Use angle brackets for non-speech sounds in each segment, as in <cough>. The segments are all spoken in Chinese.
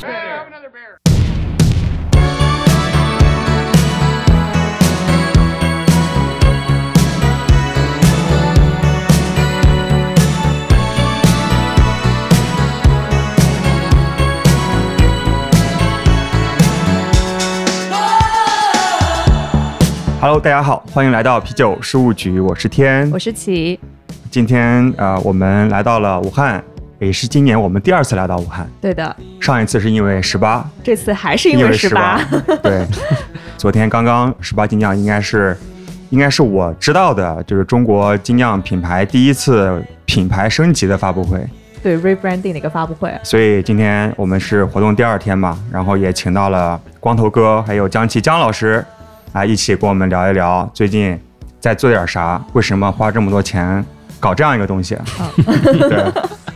Brother Bear. Hello，大家好，欢迎来到啤酒事务局，我是天我。是琪，今天呃，我们来到了武汉，也是今年我们第二次来到武汉。对的，上一次是因为十八，这次还是因为十八， 18对，昨天刚刚十八精酿应该是，应该是我知道的，就是中国精酿品牌第一次品牌升级的发布会。 <laughs> 对 rebranding 的一个发布会，所以今天我们是活动第二天嘛，然后也请到了光头哥还有江奇江老师来一起跟我们聊一聊最近在做点啥，为什么花这么多钱搞这样一个东西。对，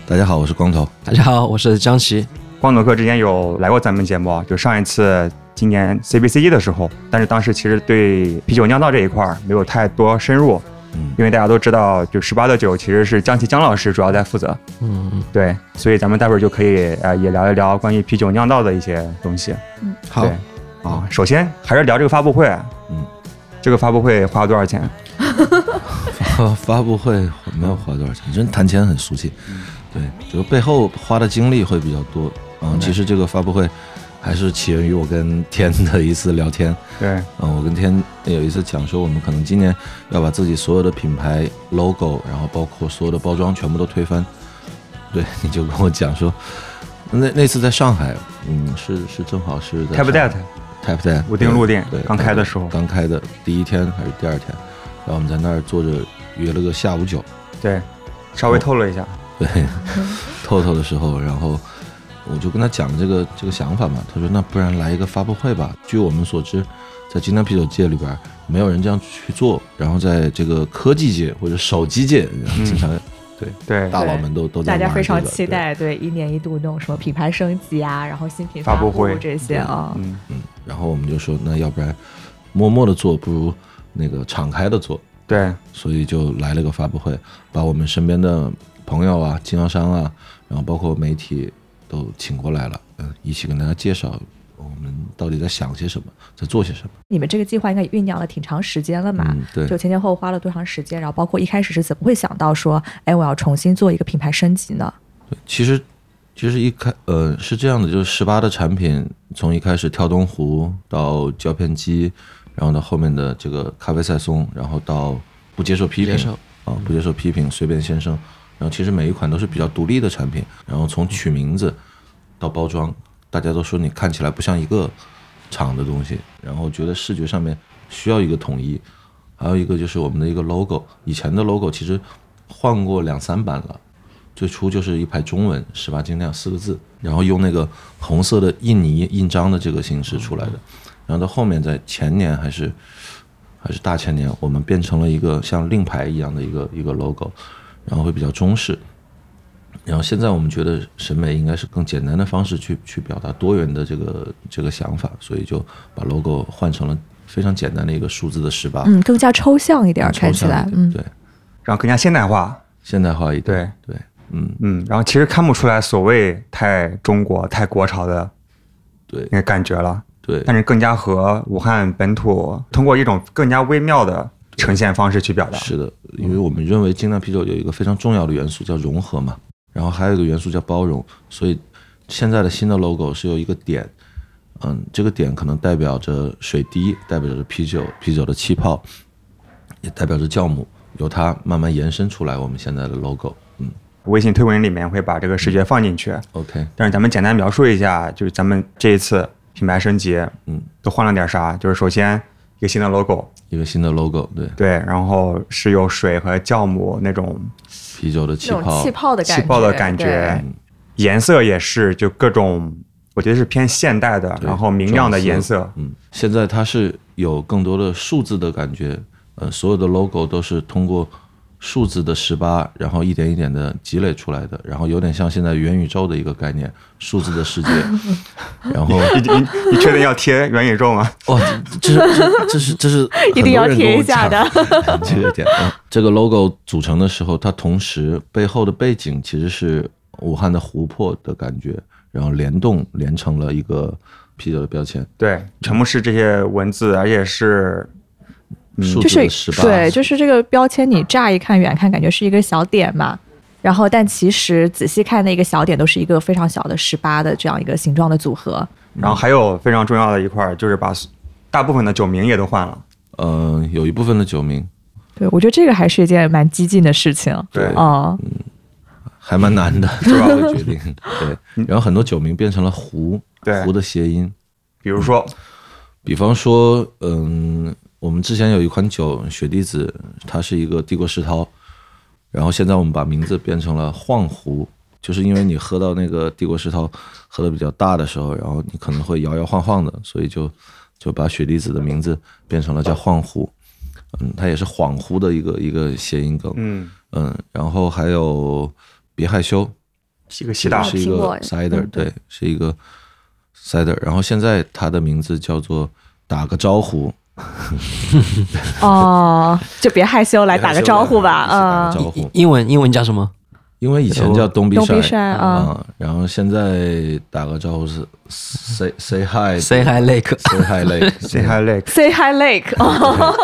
大家好，我是光头。大家好，我是江奇。光头哥之前有来过咱们节目，啊就上一次今年 CBC 的时候，但是当时其实对啤酒酿造这一块儿没有太多深入，嗯因为大家都知道，就十八的酒其实是江奇江老师主要在负责，嗯，对，所以咱们待会儿就可以呃也聊一聊关于啤酒酿造的一些东西。好对，啊，首先还是聊这个发布会。啊嗯，这个发布会花了多少钱？ <laughs> 发布会没有花多少钱，真谈钱很俗气。对，就是背后花的精力会比较多。嗯，其实这个发布会还是起源于我跟天的一次聊天。对，嗯，我跟天有一次讲说，我们可能今年要把自己所有的品牌 logo，然后包括所有的包装全部都推翻。对， <laughs> 你就跟我讲说，那那次在上海，嗯，是是正好是在 t a 上 p Debt 海 Type Ten 武定路店对，对刚开的时候刚开的第一天还是第二天，然后我们在那儿坐着约了个下午酒，对，稍微透露一下。对，嗯 <laughs> 透透的时候，然后我就跟他讲了这个这个想法嘛，他说那不然来一个发布会吧。据我们所知，在精酿啤酒界里边没有人这样去做，然后在这个科技界或者手机界，经常对，大佬们都都嗯在大家玩非常这个期。待，对一年一度那种什么品牌升级啊，然后新品发布布会这些啊，嗯，对然后我们就说那要不然默默的做，不如那个敞开的做。对，所以就来了个发布会，把我们身边的朋友啊、经销商啊，然后包括媒体都请过来了，嗯，一起跟大家介绍我们到底在想些什么，在做些什么。你们这个计划应该也酝酿了挺长时间了嘛？嗯，就对，前前后后花了多长时间？然后包括一开始是怎么会想到说，哎，我要重新做一个品牌升级呢？其实其实一开呃是这样的，就是十八的产品从一开始跳东湖到胶片机，然后到后面的这个咖啡赛松，然后到不接受批评，接受嗯啊，不接受批评，随便先生。然后其实每一款都是比较独立的产品，然后从取名字到包装，大家都说你看起来不像一个厂的东西，然后觉得视觉上面需要一个统一。还有一个就是我们的一个 logo，以前的 logo 其实换过两三版了，最初就是一排中文“十八精酿”四个字，然后用那个红色的印泥印章的这个形式出来的，然后到后面在前年还是还是大前年，我们变成了一个像令牌一样的一个一个 logo，然后会比较中式。然后现在我们觉得审美应该是更简单的方式去去表达多元的这个这个想法，所以就把 logo 换成了非常简单的一个数字的十八、嗯，更加抽象一点儿，看抽起象来一，点嗯，对，然后更加现代化。现代化一点，对，对，嗯，嗯，然后其实看不出来所谓太中国、太国潮的对那个感觉了，对，但是更加和武汉本土通过一种更加微妙的呈现方式去表达。是的，因为我们认为精酿啤酒有一个非常重要的元素叫融合嘛，然后还有一个元素叫包容，所以现在的新的 logo 是由一个点，嗯，这个点可能代表着水滴，代表着啤酒，啤酒的气泡，也代表着酵母，由它慢慢延伸出来我们现在的 logo。嗯微信推文里面会把这个视觉放进去， ，OK，但是咱们简单描述一下，就是咱们这一次品牌升级，嗯，都换了点啥？就是首先一个新的 logo，一个新的 logo，对，对，然后是有水和酵母那种啤酒的气那种泡气，泡的感觉，气泡的感对觉，颜色也是就各种，我觉得是偏现代的，然后明亮的颜色，嗯，现在它是有更多的数字的感觉，呃，所有的 logo 都是通过数字的十八，然后一点一点的积累出来的，然后有点像现在元宇宙的一个概念，数字的世 <laughs> 界。然后，你你你确定要贴元宇宙吗？ <laughs> 哇，这是这是这是这是 <laughs> 一定要贴一下的很多人跟我 <laughs> 讲这个点、嗯这个 logo 组成的时候，它同时背后的背景其实是武汉的湖泊的感觉，然后联动连成了一个啤酒的标签，对，全部是这些文字，而且是数嗯就字的是十八，对，就是这个标签，你乍一看远看感觉是一个小点嘛，然后但其实仔细看那个小点都是一个非常小的十八的这样一个形状的组合。嗯然后还有非常重要的一块儿，就是把大部分的酒名也都换了。嗯、有一部分的酒名对，我觉得这个还是一件蛮激进的事情。对哦，嗯还蛮难的，是吧？会决定对，然后很多酒名变成了湖，对湖的谐音，比如嗯说，比方说，嗯，我们之前有一款酒雪滴子，它是一个帝国石涛，然后现在我们把名字变成了晃湖，就是因为你喝到那个帝国石涛喝的比较大的时候，然后你可能会摇摇晃晃的，所以就就把雪滴子的名字变成了叫晃湖，嗯，它也是恍惚的一个一个谐音梗，嗯，嗯，然后还有别害羞，一个西大是一听个过 cider，、对，是一个 cider。然后现在它的名字叫做打个招呼，哦，就别害羞，来打个招呼吧。打个嗯，招呼，英文英文叫什么？因为以前叫东东必必帅啊，啊，然后现在打个招呼是 say say hi <laughs> Say hi Lake。 say hi lake C High Lake， ，Say Hi Lake，哦，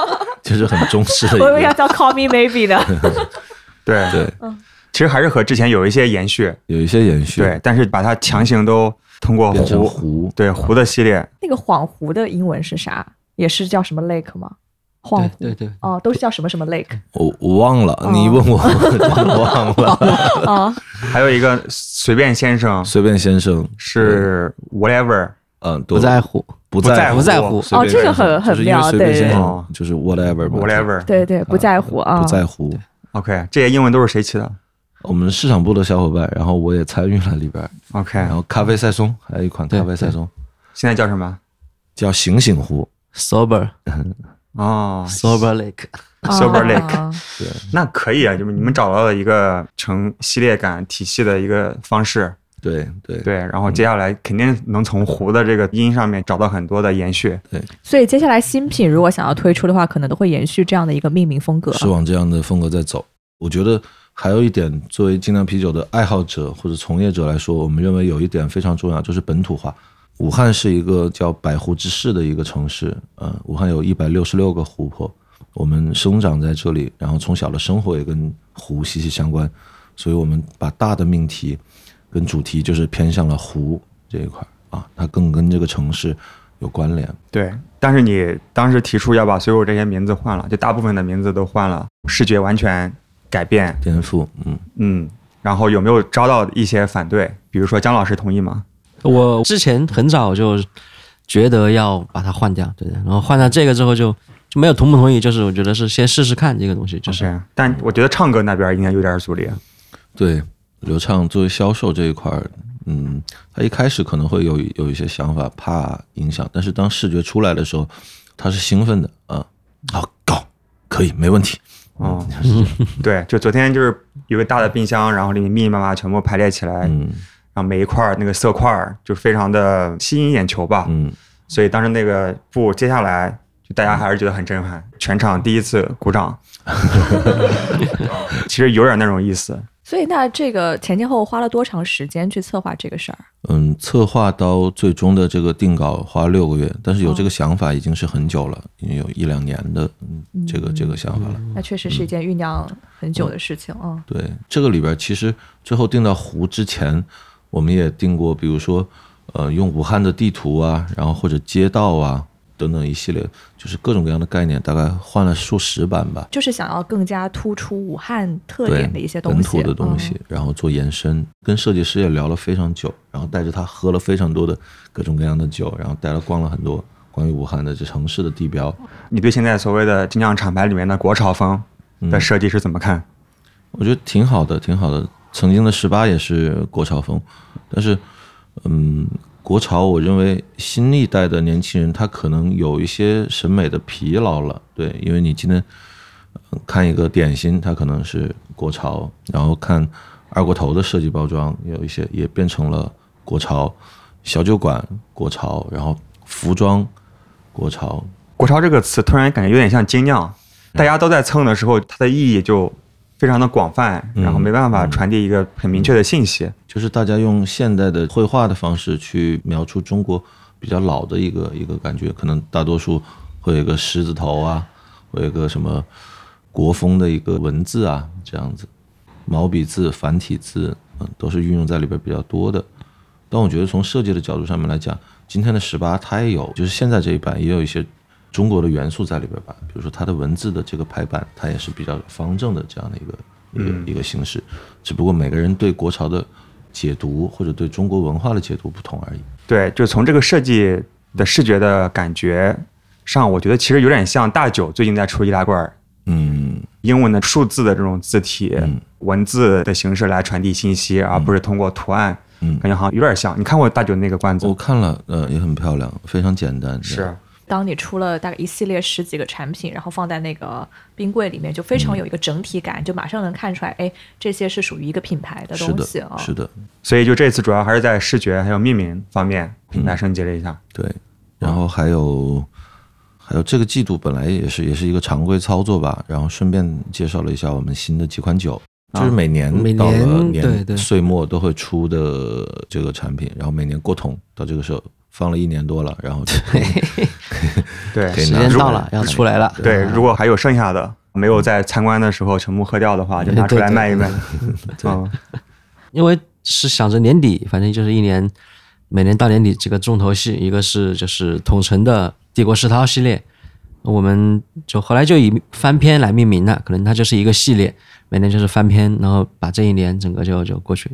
就是很中式的一我以为要个，叫 Call Me Maybe <laughs> 呢。对对，其实还是和之前有一些延续，有一些延续，对，，但是把它强行都通过变成湖，湖，对湖的系列，那个恍惚的英文是啥？也是叫什么 Lake 吗？恍惚。对对对哦，都是叫什么什么 Lake 我我忘了，你一问 <laughs> 我我忘了，哦，还有一个随便先生 <laughs> 随便先生，是 Whatever，嗯，不不在乎，不不在在不在乎随便哦这个先生很很就是因为妙随便对先哦生就是 whatever 嘛 Whatever，对对，不在乎啊，不在乎。 OK，这些英文都是谁起的我们市场部的小伙伴，然后我也参与了里边儿， ？OK，然后咖啡赛松还有一款对咖啡赛松现在叫什么？叫醒醒湖， sober 哦 sober lake，嗯 Sober Lake， <laughs> 啊那可以啊，就是你们找到了一个成系列感体系的一个方式，对对对，然后接下来肯定能从湖的这个音上面找到很多的延续。所以接下来新品如果想要推出的话，可能都会延续这样的一个命名风格。是往这样的风格在走。我觉得还有一点，作为精酿啤酒的爱好者或者从业者来说，我们认为有一点非常重要，就是本土化。武汉是一个叫百湖之市的一个城市，嗯，武汉有一百六十六个湖泊，我们生长在这里，然后从小的生活也跟湖息息相关，所以我们把大的命题跟主题就是偏向了湖这一块儿啊，它更跟这个城市有关联。对，但是你当时提出要把所有这些名字换了，就大部分的名字都换了，视觉完全改变，颠覆，嗯，嗯，然后有没有遭到一些反对？比如说姜老师同意吗？我之前很早就觉得要把它换掉，对的。然后换掉这个之后就就没有同不同意，就是我觉得是先试试看这个东西，就就是是，但我觉得唱歌那边应该有点阻力。啊对，刘畅作为销售这一块儿，嗯，他一开始可能会有有一些想法，怕影响，但是当视觉出来的时候，他是兴奋的啊，好搞，可以，没问题，哦，对，就昨天就是有个大的冰箱，然后里面密密麻麻全部排列起来，嗯然后每一块儿那个色块儿就非常的吸引眼球吧。嗯，所以当时那个布接下来，就大家还是觉得很震撼，全场第一次鼓 <laughs> 掌，其实有点那种意思。所以那这个前前后后花了多长时间去策划这个事儿？嗯，策划到最终的这个定稿花六个月，但是有这个想法已经是很久了，已经有一两年的嗯这个这个想法了。嗯那确实是一件酝酿很久的事情啊。对，这个里边其实最后定到湖之前，我们也定过，比如说，呃，用武汉的地图啊，然后或者街道啊等等一系列，就是各种各样的概念，大概换了数十版吧。就是想要更加突出武汉特对点的一些本东西，土的东西嗯，然后做延伸，跟设计师也聊了非常久，然后带着他喝了非常多的各种各样的酒，然后带他逛了很多关于武汉的这城市的地标。你对现在所谓的精酿厂牌里面的国潮风嗯的设计是怎么看？我觉得挺好的，挺好的。曾经的十八也是国潮风，但是，嗯，国潮，我认为新一代的年轻人他可能有一些审美的疲劳了，对，因为你今天呃看一个点心，它可能是国潮，然后看二锅头的设计包装，有一些也变成了国潮，小酒馆国潮，然后服装国潮，嗯国潮这个词突然感觉有点像精酿，大家都在蹭的时候，它的意义就非常的广泛，嗯然后没办法传递一个很明确的信息。就是大家用现代的绘画的方式去描出中国比较老的一个一个感觉，可能大多数会有一个狮子头啊，会有一个什么国风的一个文字啊，这样子，毛笔字、繁体字，嗯，都是运用在里边比较多的。但我觉得从设计的角度上面来讲，今天的十八它也有，就是现在这一版也有一些中国的元素在里边吧，比如说它的文字的这个排版，它也是比较方正的这样的一个一个一个形式，只不过每个人对国潮的解读或者对中国文化的解读不同而已。对，就从这个设计的视觉的感觉上，我觉得其实有点像大九最近在出易拉罐儿嗯，英文的数字的这种字体、嗯文字的形式来传递信息，而不是通过图案。嗯感觉好像有点像。你看过大九那个罐子？我看了，呃，也很漂亮，非常简单。这样是，当你出了大概一系列十几个产品，然后放在那个冰柜里面，就非常有一个整体感，就马上能看出来，哎，这些是属于一个品牌的是东西的，啊、是的，所以就这次主要还是在视觉还有命名方面品牌升级了一下。对，然后还有、还有这个季度本来也是也是一个常规操作吧，然后顺便介绍了一下我们新的几款酒，就是每啊每年到年了对对年岁末都会出的这个产品，然后每年过桶到这个时候放了一年多了，然后就对可以时拿间出到来嗯了要出来了，对，啊如果还有剩下的没有在参观的时候全部喝掉的话，就拿出来卖 <laughs> 一卖。嗯，因为是想着年底，反正就是一年，每年到年底这个重头戏，一个是就是统城的帝国世涛系列，我们就后来就以翻篇来命名了，可能它就是一个系列，每年就是翻篇，然后把这一年整个就就过去。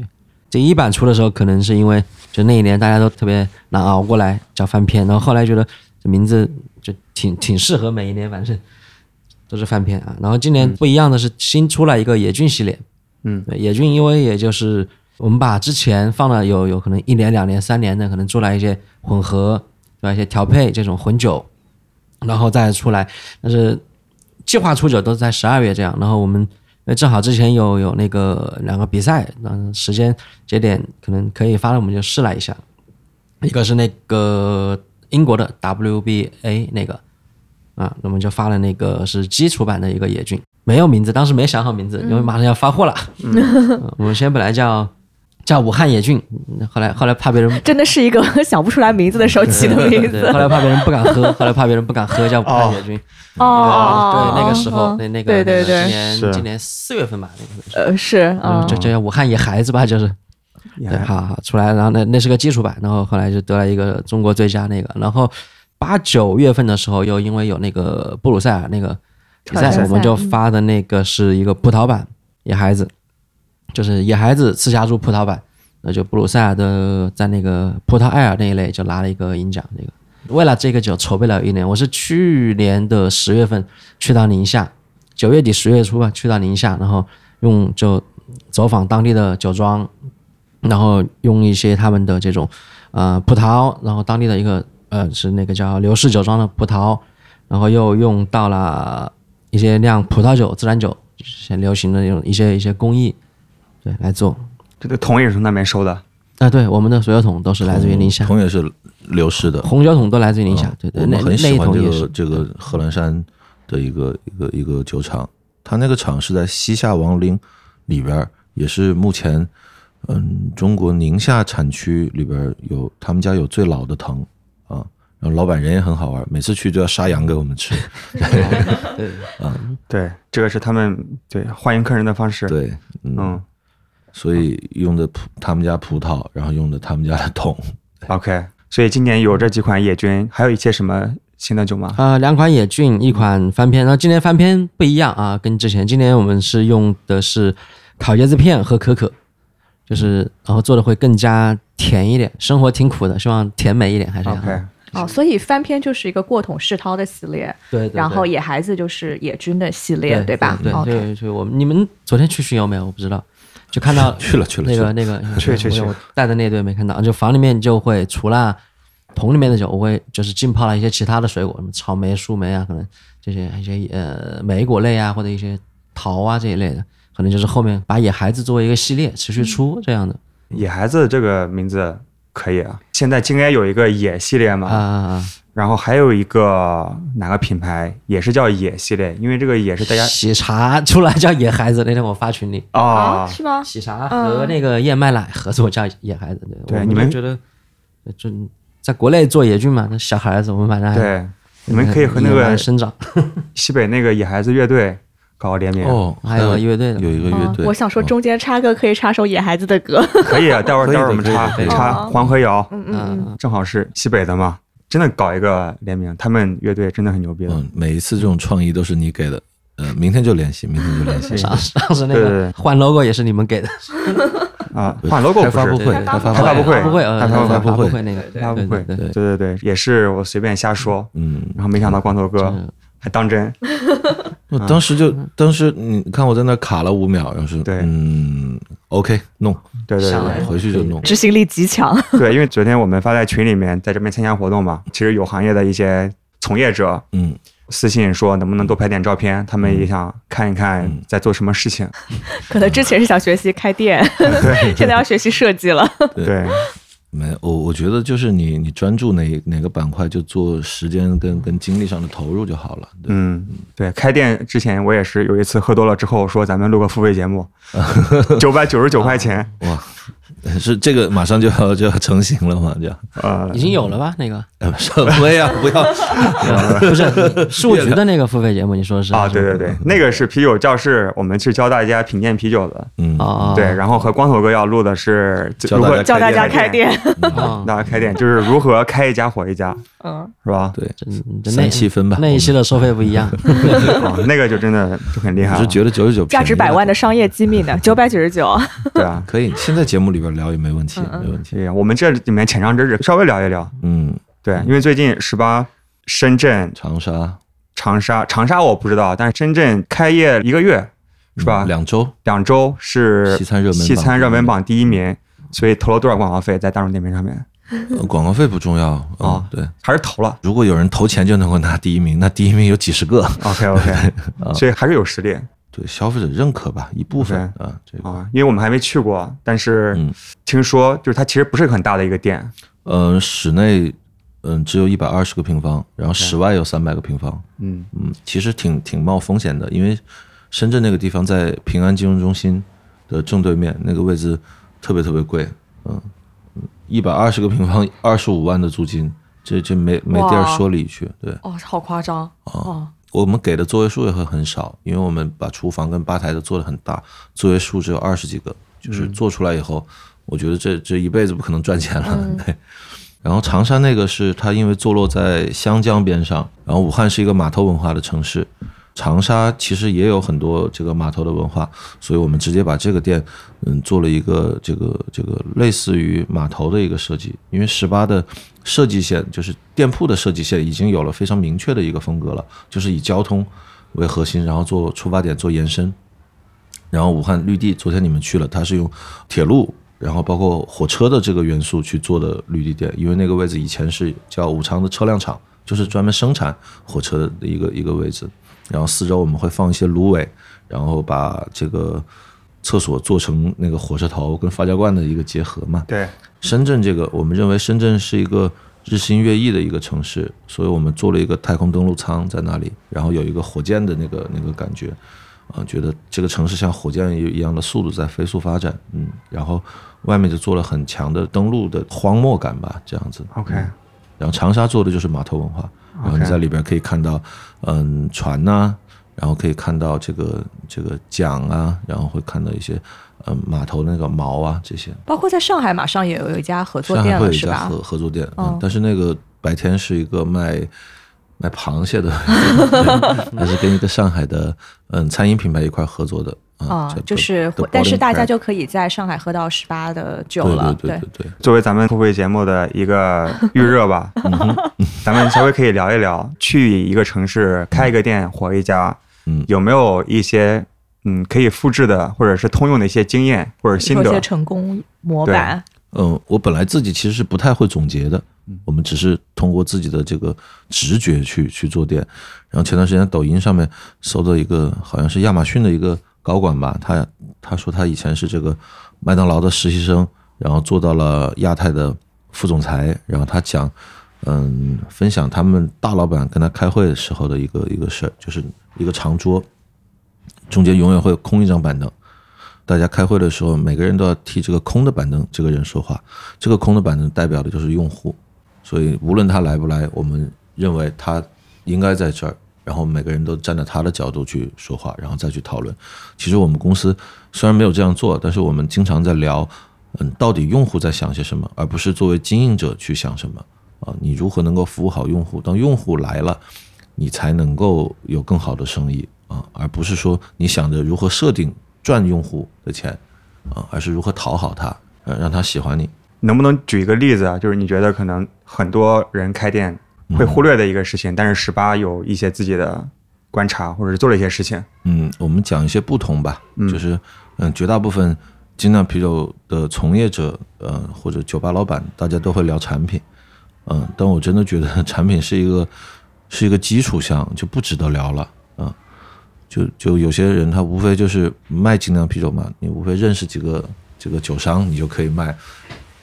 第一版出的时候，可能是因为就那一年大家都特别难熬过来，叫翻篇，然后后来觉得这名字就挺挺适合每一年，反正都是翻篇啊。然后今年不一样的是，新出来一个野菌系列，对，呃野菌因为也就是我们把之前放了有有可能一年、两年、三年的，可能做来一些混合，对吧？一些调配这种混酒，然后再出来，但是计划出酒都是在十二月这样。然后我们因为正好之前有有那个两个比赛，嗯，时间节点可能可以发了，我们就试了一下。一个是那个英国的 WBA 那个啊，那我们就发了那个是基础版的一个野菌，没有名字，当时没想好名字，因为马上要发货了。嗯我们先本来叫叫武汉野菌，嗯后来后来怕别人。真的是一个 <laughs> 想不出来名字的时候起的名字 <laughs> 对，后来怕别人不敢喝，后来怕别人不敢喝，叫武汉野菌。哦。对，那个时嗯候，那那个对对那个今对，年是今年四月份吧，那个呃，是嗯啊，就就叫武汉野孩子吧，就是。对，好好出来，然后那那是个基础版，然后后来就得了一个中国最佳那个，然后八九月份的时候又因为有那个布鲁塞尔那个比挑赛，战我们赛就发的那个是一个葡萄版野孩子，就是野孩子次佳入葡萄版，那就布鲁塞尔的在那个葡萄艾尔那一类就拿了一个银奖，那个。为了这个酒筹备了一年，我是去年的十月份去到宁夏，九月底十月初吧，去到宁夏，然后用就走访当地的酒庄，然后用一些他们的这种呃葡萄，然后当地的一个呃是那个叫刘氏酒庄的葡萄，然后又用到了一些酿葡萄酒、自然酒现流行的那种一些一些工艺，对来做。这个桶也是从那边收的。啊，对，我们的所有桶都是来自于宁夏，同也是流失的。红酒桶都来自于宁夏，对对，啊哦我那们很那喜一欢桶这也个是这个贺兰山的一个一个一个酒厂，它那个厂是在西夏王陵里边儿，也是目前嗯中国宁夏产区里边儿有他们家有最老的藤啊，然后老板人也很好玩，每次去就要杀羊给我们吃，对，这个是他们对欢迎客人的方式。，对，嗯，嗯所以用的葡他们家葡萄，然后用的他们家的桶， ，OK。所以今年有这几款野菌，还有一些什么新的酒吗？啊、两款野菌，一款翻篇。然后今年翻篇不一样啊，跟之前，今年我们是用的是烤椰子片和可可，就是然后做的会更加甜一点。生活挺苦的，希望甜美一点还是要。啊 OK，哦，所以翻篇就是一个过桶世涛的系列，对对对。然后野孩子就是野军的系列，对吧？对， OK 对就我们你们昨天去巡游没有？我不知道，就 <laughs> 看到去了去了那 <laughs> 去个了那个去去去我带的那队没看到，就房里面就会除了桶里面的酒，我会就是浸泡了一些其他的水果，什么草莓、树莓啊，可能这些一些呃莓果类啊，或者一些桃啊这一类的，可能就是后面把野孩子作为一个系列持续出这样的。野孩子这个名字可以啊。现在应该有一个野系列嘛，嗯啊啊啊！然后还有一个哪个品牌也是叫野系列，因为这个也是大家喜茶出来叫野孩子，那天我发群里，啊，是吗？喜茶和那个燕麦奶合作叫野孩子。对我你们就觉得这在国内做野菌嘛，那小孩子我们反正还对，你们可以和那野蛮个生长，西北那个野孩子乐队搞联名，哦，还有乐队的有一个乐啊队，我想说哦中间插歌可以插首野孩子的歌，可以啊。待会儿可以待会儿的我们可以的插可以的插黄河谣，嗯嗯啊正好是西北的嘛，真的搞一个联名，他们乐队真的很牛逼的。嗯，每一次这种创意都是你给的，呃，明天就联系，明天就联系。 <laughs> 上上次那对对个对换 logo 也是你们给的，啊，换 logo 开不发布是。会，对开发开发布会发布会，呃开发布会发布会那个发布会，对对对对对对，也是我随便瞎说，嗯，然后没想到光头哥嗯还当真，我啊当时就，当时你看我在那儿卡了五秒，然后是，对嗯，OK，弄，对对上对来回去就弄。执行力极强。对，因为昨天我们发在群里面，在这边参加活动嘛，其实有行业的一些从业者嗯，私信说能不能多拍点照片，他们也想看一看在做什么事情，可能之前是想学习开 <laughs> 店，现在要学习设计了。对，没，我我觉得就是你你专注哪哪个板块，就做时间跟跟精力上的投入就好了。对，嗯，对，开店之前我也是有一次喝多了之后说咱们录个付费节目，九百九十九块钱，哇，是这个马上就要就要成型了嘛？这样，呃已，经有了吧？<laughs> 那个哎 <laughs> 什么呀？不要，不是数据的那个付费节目，你说的是啊，对对对，那个是啤酒教室，我们是教大家品鉴啤酒的，嗯，哦，对，然后和光头哥要录的是教如大何家啊教大家开开 <laughs> 店，哦大家开店就是如何开一家火一家，嗯，是吧？对，嗯那三七分吧。那一期的收费不一样，啊，那个就真的就很厉害了我是，觉得九十九价值百万的商业机密呢，九百九十九。对啊。可以，现在节目里边聊也没问题，没问题。对呀，我们这里面浅尝辄止，稍微聊一聊。嗯，对，因为最近十八深圳、长沙长沙，长沙我不知道，但是深圳开业一个月是吧？嗯两周，两周是西餐热门榜西餐热门榜第一名，所以投了多少广告费在大众点评上面呃广告费不重要啊、哦嗯对，还是投了。如果有人投钱就能够拿第一名，那第一名有几十 <laughs> 个。 OK <laughs> 啊 OK，所以还是有实力对，消费者认可吧，一部分 OK 啊，这个。啊，因为我们还没去过，但是嗯听说就是它其实不是很大的一个店，嗯、室内嗯只有一百二十个平方，然后室外有三百个平方。嗯嗯，其实挺挺冒风险的，因为深圳那个地方在平安金融中心的正对面，那个位置特别特别贵，嗯，一百二十个平方二十五万的租金，这这没没地儿哇说理去。对 <laughs> 哦，好夸张哦，我们给的座位数也会很少，因为我们把厨房跟吧台都做得很大，座位数只有二十几个，就是做出来以后，我觉得这这一辈子不可能赚钱了。对。 <laughs> 然后长沙那个是它因为坐落在湘江边上，然后武汉是一个码头文化的城市，长沙其实也有很多这个码头的文化，所以我们直接把这个店，嗯，做了一个这个这个类似于码头的一个设计，因为十八的设计线就是店铺的设计线已经有了非常明确的一个风格了，就是以交通为核心，然后做出发点做延伸，然后武汉绿地，昨天你们去了，它是用铁路，然后包括火车的这个元素去做的绿地店，因为那个位置以前是叫武昌的车辆厂，就是专门生产火车的一个一个位置。然后四周我们会放一些芦苇，然后把这个厕所做成那个火车头跟发酵罐的一个结合嘛。对，深圳这个，我们认为深圳是一个日新月异的一个城市，所以我们做了一个太空登陆舱在那里，然后有一个火箭的那个那个感觉，啊、觉得这个城市像火箭一样的速度在飞速发展，嗯，然后外面就做了很强的登陆的荒漠感吧，这样子。 OK 嗯然后长沙做的就是码头文化，然后你 OK 在里边可以看到，嗯，船呐、然后可以看到这个这个桨啊，然后会看到一些，嗯，码头那个锚啊这些，包括在上海马上也有一家合作上海店会了，有一是家吧合？合作店，嗯哦，但是那个白天是一个卖卖螃蟹的，还是跟一个上海的嗯餐饮品牌一块合作的啊啊，叫，就是 The- The 但是 Bowling 大家 Crab 就可以在上海喝到十八的酒对了，对对对对，作为咱们付费节目的一个预热吧，嗯啊咱们稍微可以聊一聊，去一个城市开一个店火一家，嗯有没有一些嗯可以复制的或者是通用的一些经验或者心有些得？成功模板，嗯，我本来自己其实是不太会总结的，我们只是通过自己的这个直觉去去做店。然后前段时间抖音上面搜到一个好像是亚马逊的一个高管吧，他他说他以前是这个麦当劳的实习生，然后做到了亚太的副总裁，然后他讲，嗯，分享他们大老板跟他开会的时候的一个一个事儿，就是一个长桌，中间永远会空一张板凳。大家开会的时候，每个人都要替这个空的板凳这个人说话。这个空的板凳代表的就是用户，所以无论他来不来，我们认为他应该在这儿。然后每个人都站在他的角度去说话，然后再去讨论。其实我们公司虽然没有这样做，但是我们经常在聊，嗯，到底用户在想些什么，而不是作为经营者去想什么啊？你如何能够服务好用户？当用户来了，你才能够有更好的生意啊，而不是说你想着如何设定赚用户的钱啊，而是如何讨好他，呃，让他喜欢你。能不能举一个例子啊？就是你觉得可能很多人开店嗯会忽略的一个事情，但是十八有一些自己的观察，或者是做了一些事情。嗯，我们讲一些不同吧，就是嗯，绝大部分精酿啤酒的从业者，呃，或者酒吧老板，大家都会聊产品，嗯、但我真的觉得产品是一个 <laughs> 是一个基础项，就不值得聊了，嗯、就就有些人他无非就是卖精酿啤酒嘛，你无非认识几个这个酒商，你就可以卖。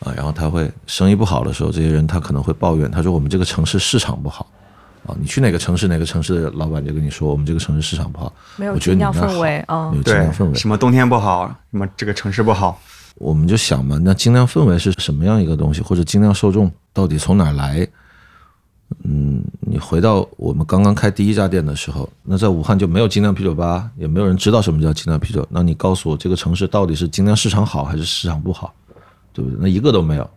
啊，然后他会生意不好的时候，这些人他可能会抱怨，他说我们这个城市市场不好，啊，你去哪个城市哪个城市的老板就跟你说我们这个城市市场不好，没有我觉得你精酿那氛好围嗯没有精对酿氛，围。什么冬天不好，什么这个城市不好，我们就想嘛，那精酿氛围是什么样一个东西，或者精酿受众到底从哪儿来？嗯，你回到我们刚刚开第一家店的时候，那在武汉就没有精酿啤酒吧，也没有人知道什么叫精酿啤酒。那你告诉我，这个城市到底是精酿市场好还是市场不好，对不对？那一个都没有。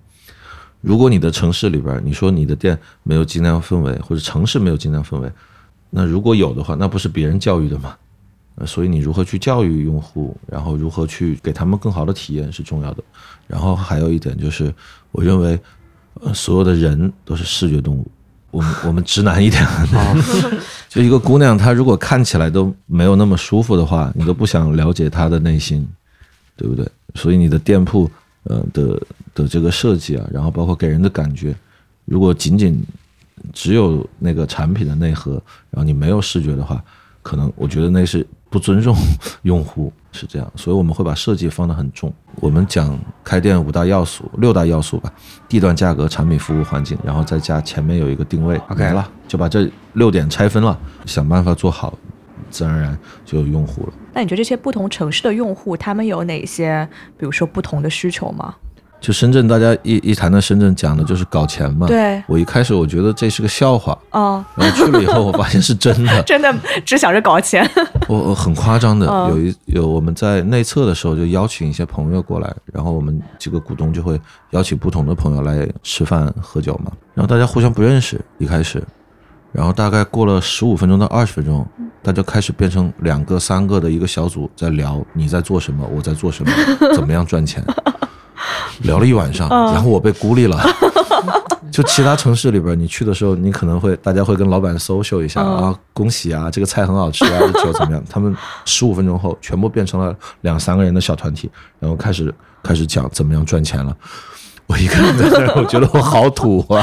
如果你的城市里边儿，你说你的店没有精酿氛围，或者城市没有精酿氛围，那如果有的话，那不是别人教育的吗？呃，所以你如何去教育用户，然后如何去给他们更好的体验是重要的。然后还有一点就是，我认为，呃，所有的人都是视觉动物。我们我们直男一点， <laughs> 就一个姑娘，她如果看起来都没有那么舒服的话，你都不想了解她的内心，对不对？所以你的店铺，呃的的这个设计啊，然后包括给人的感觉，如果仅仅只有那个产品的内核，然后你没有视觉的话，可能我觉得那是不尊重用户，是这样。所以我们会把设计放得很重。我们讲开店五大要素、六大要素吧：地段、价格、产品、服务、环境，然后再加前面有一个定位。 OK 没了，就把这六点拆分了，想办法做好，自然而然就有用户了。那你觉得这些不同城市的用户，他们有哪些，比如说不同的需求吗？就深圳，大家一一谈到深圳，讲的就是搞钱嘛。对我一开始我觉得这是个笑话，哦，然后去了以后，我发现是真的。真的只想着搞 <laughs> 钱。我我很夸张的，嗯有一有我们在内测的时候就邀请一些朋友过来，然后我们几个股东就会邀请不同的朋友来吃饭喝酒嘛，然后大家互相不认识一开始，然后大概过了十五分钟到二十分钟，大家开始变成两个三个的一个小组在聊你在做什么，我在做什么，怎么样赚钱，聊了一晚上，然后我被孤立了。就其他城市里边，你去的时候，你可能会大家会跟老板 social 一下、嗯啊，恭喜啊，这个菜很好 <laughs> 吃啊，这酒怎么样？他们十五分钟后全部变成了两三个人的小团体，然后开始开始讲怎么样赚钱了。 <laughs> 我一个人在这儿，我觉得我好土啊，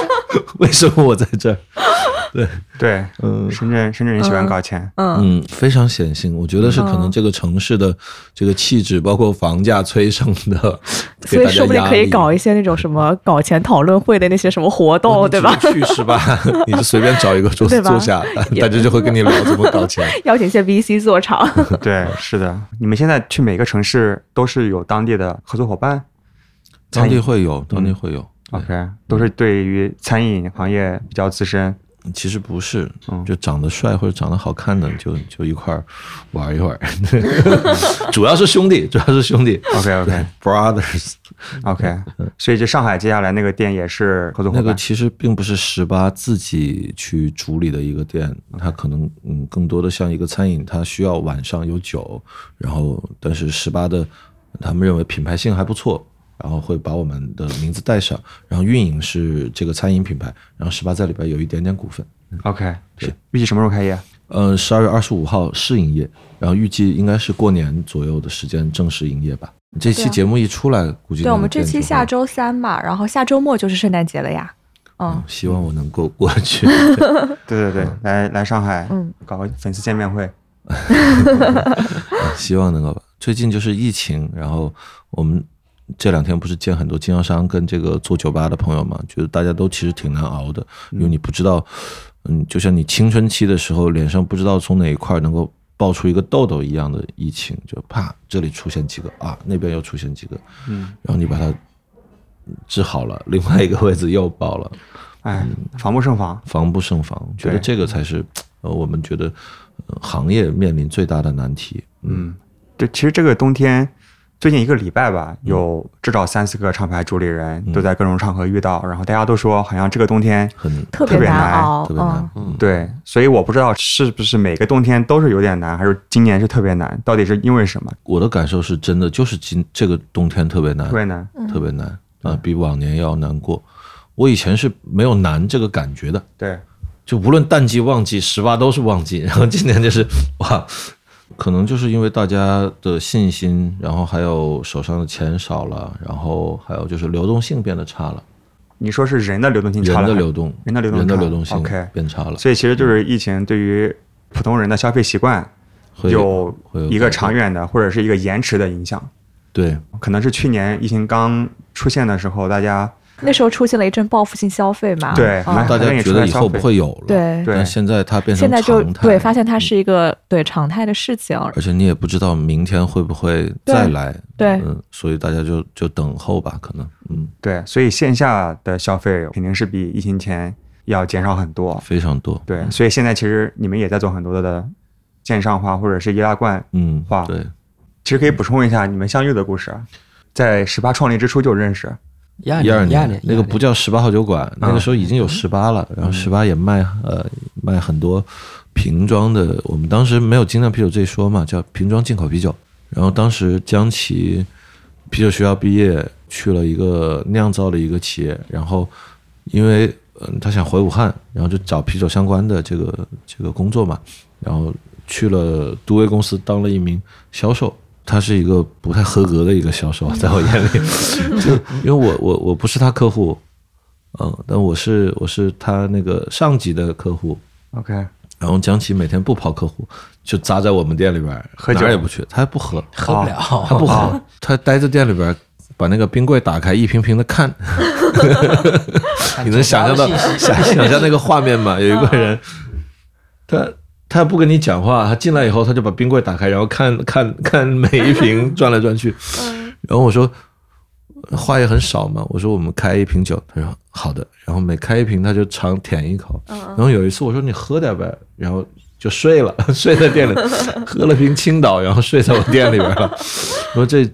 <laughs> 为什么我在这儿？对，嗯深圳深圳人喜欢搞钱， <laughs> 嗯，非常显性，我觉得是可能这个城市的这个气质，包括房价催生的，嗯所以说不定可以搞一一些那种什么搞钱讨论会的那些什么活嗯动，哦对吧？去是吧？你就随便找一个桌对子吧坐下， <laughs> 也大家就会跟你聊怎么 <laughs> 搞钱。 <laughs> 邀请一些 VC 做嗯场。 <laughs> 对，是的。你们现在去每个城市都是有当地的合作伙伴当地会有，当地嗯会有。 ，OK，都是对于餐饮行业比较资深。其实不是嗯，就长得帅或者长得好看的，就就一块儿 <laughs> 玩一 <laughs> 玩。主要是兄弟，主要是兄弟。 OK OK Brothers，嗯 OK，所以这上海接下来那个店也是合作伙那个伴。其实并不是十八自己去主理的一个店，它可能嗯更多的像一个餐饮，它需要晚上有酒，然后但是十八的他们认为品牌性还不错，然后会把我们的名字带上，然后运营是这个餐饮品牌，然后十八在里边有一点点股份。 OK，是预计什么时候开业？呃，十二月二十五号试营业，然后预计应该是过年左右的时间正式营业吧。这对期啊节目一出来，估计对，我们那个这店期就会下周三嘛，然后下周末就是圣诞节了呀。嗯嗯，希望我能够过去。对对对，来来上海嗯搞个粉丝见面会。希望能够吧。最近就是疫情，然后我们这两天不是见很多经销商跟这个做酒吧的朋友嘛，觉得大家都其实挺难熬的，因为你不知道，嗯，就像你青春期的时候，脸上不知道从哪一块能够爆出一个痘痘一样的疫情，就啪这里出现几个啊，那边又出现几个，嗯，然后你把它治好了，另外一个位置又爆了，哎，嗯防不胜防。防不胜防，觉得对这个才是呃我们觉得、呃行业面临最大的难题。嗯，对，其实这个冬天最近一个礼拜吧，嗯有至少三四个厂牌主理人都在各种场合遇到，然后大家都说好像这个冬天很特特别难难熬，特别难，嗯，对，所以我不知道是不是每个冬天都是有点难，还是今年是特别难，到底是因为什么我的感受是真的，就是今这个冬天特别难特，别难？嗯特别难啊、比往年要难过。我以前是没有难这个感觉的，对，就无论淡季旺季，十八都是旺季。 <laughs> 然后今年就是哇，可能就是因为大家的信心，然后还有手上的钱少了，然后还有就是流动性变得差了，你说是人的流动性差人了的很，流动，人的流动人的差流动性 OK 变差了，所以其实就是疫情对于普通人的消费习惯会有会有一个长远的或者是一个延迟的影响。对可能是去年疫情刚出现的时候，大家那时候出现了一阵报复性消费嘛，对嗯哎还大家觉得以后不会有了，对对但现在它变成现在就常态，对发现它是一个对常态的事情，而且你也不知道明天会不会再来，对嗯，所以大家就就等候吧，可能，嗯，对，所以线下的消费肯定是比疫情前要减少很多。非常多，对，所以现在其实你们也在做很多的线上化或者是易拉罐。嗯哇，对，其实可以补充一下你们相遇的故事啊，在十八创立之初就认识。一 <laughs> 二一二年，一二年那个不叫十八号酒馆，那个时候已经有十八了，然后十八也卖呃卖很多瓶装的，我们当时没有精酿啤酒这一说嘛，叫瓶装进口啤酒。然后当时江奇啤酒学校毕业，去了一个酿造的一个企业，然后因为嗯、他想回武汉，然后就找啤酒相关的这个这个工作嘛，然后去了都威公司当了一名销售。他是一个不太合格的一个销售，在我眼里， <laughs> 就因为我我我不是他客户，嗯，但我是我是他那个上级的客户， OK，然后江奇每天不跑客户，就扎在我们店里边儿喝酒哪儿也不去，他还不喝，喝 <laughs> 不了，他不喝，他待在店里边儿把那个冰柜打开，一瓶瓶的看， <laughs> 你能想象到想想象那个画面吗？有一个人，他他不跟你讲话，他进来以后他就把冰柜打开，然后看看看每一瓶转来转去，然后我说话也很少嘛，我说我们开一瓶酒，他说好的，然后每开一瓶他就尝舔一口，然后有一次我说你喝点呗，然后。就睡了， <laughs> 睡在店里，喝了瓶青岛，然后睡在我店里边了。我说这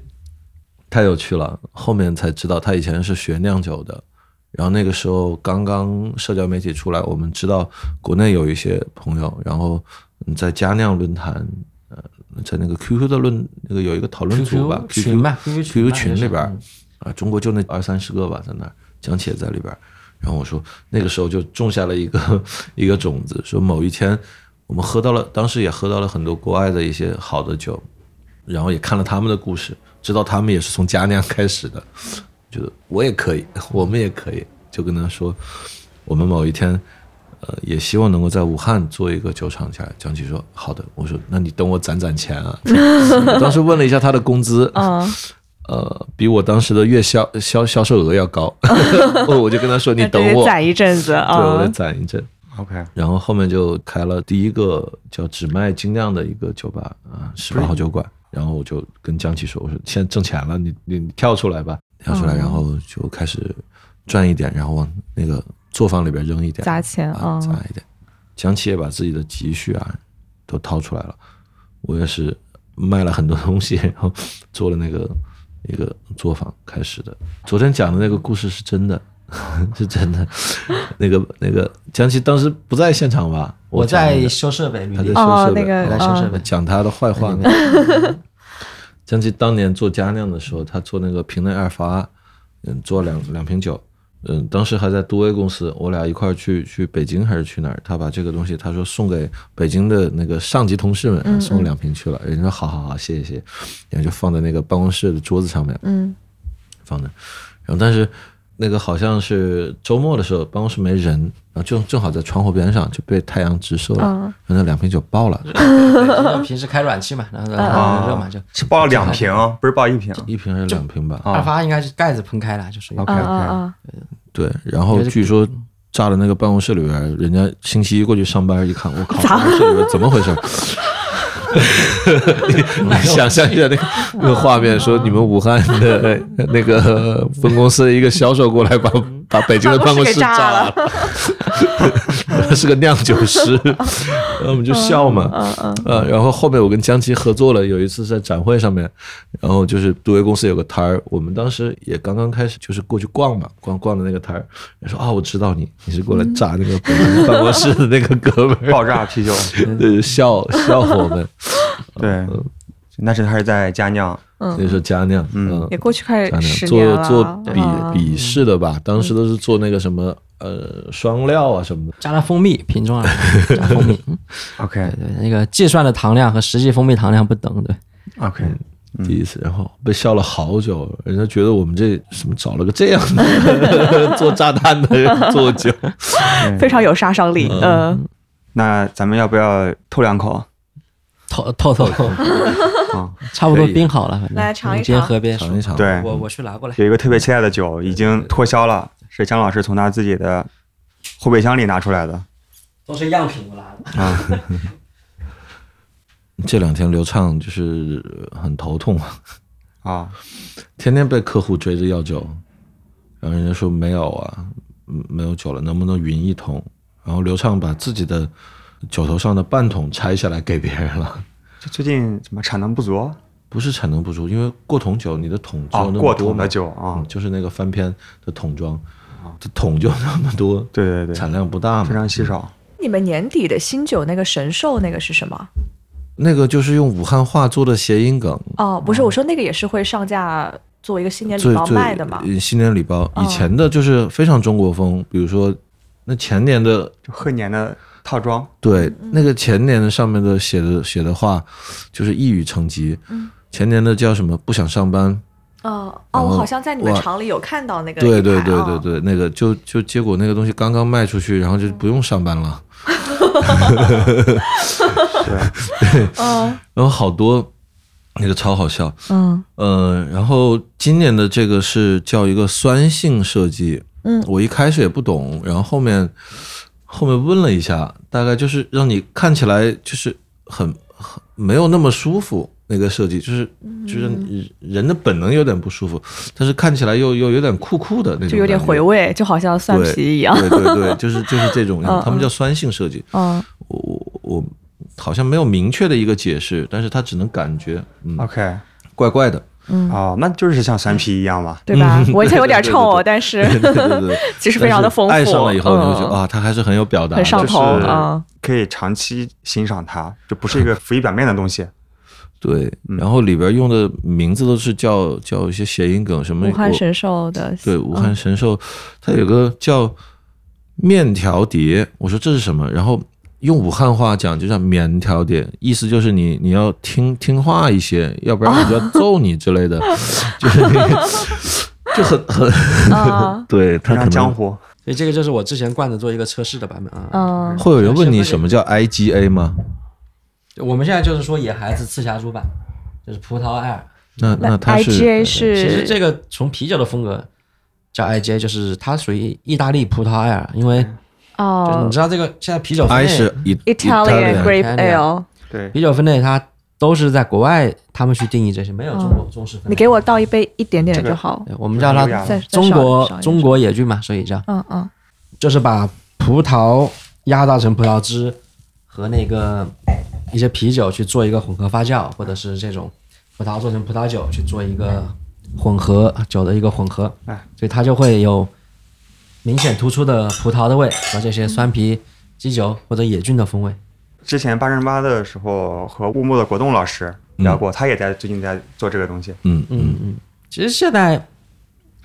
太有趣了，后面才知道他以前是学酿酒的。然后那个时候刚刚社交媒体出来，我们知道国内有一些朋友，然后嗯在佳酿论坛，呃，在那个 QQ 的论那个有一个讨论组吧 QQ 群吧 QQ 群吧 QQ 群里边就是啊，中国就那二三十个吧，在那儿江且在里边。然后我说那个时候就种下了一个一个种子，说某一天我们喝到了，当时也喝到了很多国外的一些好的酒，然后也看了他们的故事，知道他们也是从佳酿开始的，觉得我也可以，我们也可以，就跟他说，我们某一天，呃，也希望能够在武汉做一个酒厂家。江奇说好的，我说那你等我攒攒钱啊。 <laughs> 我当时问了一下他的工资，嗯，呃，比我当时的月销销销售额 <laughs> 要高，哦我就跟他说你那等得我，攒一阵子对我啊得，攒一阵。 OK，然后后面就开了第一个叫只卖精酿的一个酒吧啊，嗯十八号酒馆。然后我就跟江奇说：“我说现在挣钱了，你你你跳出来吧，跳嗯出来，然后就开始赚一点，然后往那个作坊里边扔一点，砸钱啊，砸嗯一点。江奇也把自己的积蓄啊都掏出来了，我也是卖了很多东西，然后做了那个一个作坊开始的。昨天讲的那个故事是真的， <laughs> 是真的。那个那个江奇当时不在现场吧？我讲那在个修设备，他在里修面哦嗯设备，那个我在修设备，讲他的坏话呢。 <laughs> 江奇当年做佳酿的时候，他做那个瓶内二发，嗯，做两两瓶酒，嗯，当时还在都威公司，我俩一块儿去去北京还是去哪儿？他把这个东西，他说送给北京的那个上级同事们，嗯送了两瓶去了。人家说好好好，谢谢谢谢，然后就放在那个办公室的桌子上面，嗯，放着。然后但是那个好像是周末的时候，办公室没人，然后就正好在窗户边上就被太阳直射了，嗯然后那两瓶酒爆了，对平时开暖气嘛，<laughs> 然啊后然后啊热嘛，哦就报了两瓶，不是报一瓶。一瓶还是两瓶吧？二发应该是盖子喷开了，就属于哦 OK 啊 OK，、啊啊！对，然后据说炸了那个办公室里边，人家星期一过去上班一看，我靠，办公室里边怎么回 <laughs> 事？你你想象一下那个那个画面，说你们武汉的那个分公司的一个销售过来把把北京的嗯办公室炸了，他 <laughs> 是个酿酒 <laughs> 师，然后我们就笑嘛，嗯呃，然后后面我跟江奇合作了，有一次在展会上面，然后就是杜威公司有个摊儿，我们当时也刚刚开始，就是过去逛嘛，逛逛的那个摊儿，人说啊，我知道你，你是过来炸那个办公室的那个哥们儿， <laughs> 爆炸啤酒，<laughs> 对，笑笑我们， <laughs> 对，那是他是在家酿，那时候佳酿，嗯，也过去快佳十酿年做了，做笔啊嗯笔试的吧，当时都是做那个什么呃双料啊什么的，加了蜂蜜品种啊，加蜂 <laughs> 蜜。嗯 OK 对，那个计算的糖量和实际蜂蜜糖量不等，对。 OK，第一次，然后被笑了好久，人家觉得我们这怎么找了个这样 <laughs> 的做炸弹的人做 <laughs> 酒，非常有杀伤力。嗯呃，那咱们要不要透两口？透透透哦透，啊 <laughs> 差不多冰好了，反正来尝一尝边喝边尝一说。尝，对我我去拿过来。有一个特别期待的酒已经脱销了，是姜老师从他自己的后备箱里拿出来的都是样品，我拿的。啊。这两天刘畅就是很头痛，啊，天天被客户追着要酒，然后人家说没有啊，嗯没有酒了，能不能匀一桶？然后刘畅把自己的酒头上的半桶拆下来给别人了，这最近怎么产能不足？不是产能不足，因为过桶酒你的桶只有哦那过么桶多嘛的酒啊嗯就是那个翻篇的桶装，这桶就那么多，对对啊对，产嗯量不大非嘛。常稀少。你们年底的新酒那个神兽那个是什么？那个就是用武汉话做的谐音梗，哦，不是，我说那个也是会上架做一个新年最礼包最卖的嘛。呃新年礼包，嗯以前的就是非常中国风，比如说那前年的就贺年的套装，对，嗯那个前年的上面的写的写的话，就是一语成疾。嗯前年的叫什么？不想上班。哦哦，呃然后我好像在你们哇厂里有看到那个对一对排对啊对对，那个就就结果那个东西刚刚卖出去，然后就不用上班了。 <laughs> 嗯然后好多那个超好笑，嗯嗯、然后今年的这个是叫一个酸性设计，嗯，我一开始也不懂，然后后面后面问了一下，大概就是让你看起来就是很很没有那么舒服，那个设计就是嗯就是你人的本能有点不舒服，但是看起来又又有点酷酷的那种感觉，就有点回味，就好像蒜对皮一 <laughs> 样。对对对，就是就是这种嗯，他们叫酸性设计，嗯，我我我好像没有明确的一个解释，但是它只能感觉，嗯， OK，怪怪的。哦，那就是像三皮一样嘛。 <laughs> 对吧？我以前有点对对冲哦，对但是对对对对，其实非常的丰富。但是爱上了以后，你会觉得嗯啊，他还是很有表达的，很上头就是啊。可以长期欣赏它，就不是一个浮于表面的东 <laughs> 西。对，嗯然后里边用的名字都是叫叫一些谐音梗，什么武汉我神嗯兽的对武汉神兽，它有个叫面条碟，我说这是什么？然后用武汉话讲就叫棉条碟，意思就是你你要听听话一些，要不然我就要揍你 <laughs> 之类的，就是那个就很很啊， <laughs> 对，非他可常能江湖，所以这个就是我之前灌的做一个测试的版本啊。嗯会有人问你什么叫 IGA 吗？我们现在就是说野孩子赤霞珠吧，就是葡萄艾尔。那那它是 IGA 其实是这个从啤酒的风格叫 IGA，就是它属于意大利葡萄艾尔，因嗯为就是哦你知道这个现在啤酒分嗯 I 类是 i ，Italian Grape Italian Ale。对，啤酒分类它都是在国外他们去定义这些，没有中国中式分类。哦你给我倒一杯一点点的就好。哎对，我们叫它这个再再嗯中少国少一点中国野菌嘛，所以叫嗯嗯就是把葡萄压榨成葡萄汁和那个一些啤酒去做一个混合发酵，或者是这种葡萄做成葡萄酒去做一个混合酒的一个混合哎，所以它就会有明显突出的葡萄的味和这些酸啤基酒或者野菌的风味。之前八乘八的时候和乌木的果冻老师聊过，他也在最近在做这个东西。嗯嗯，其实现在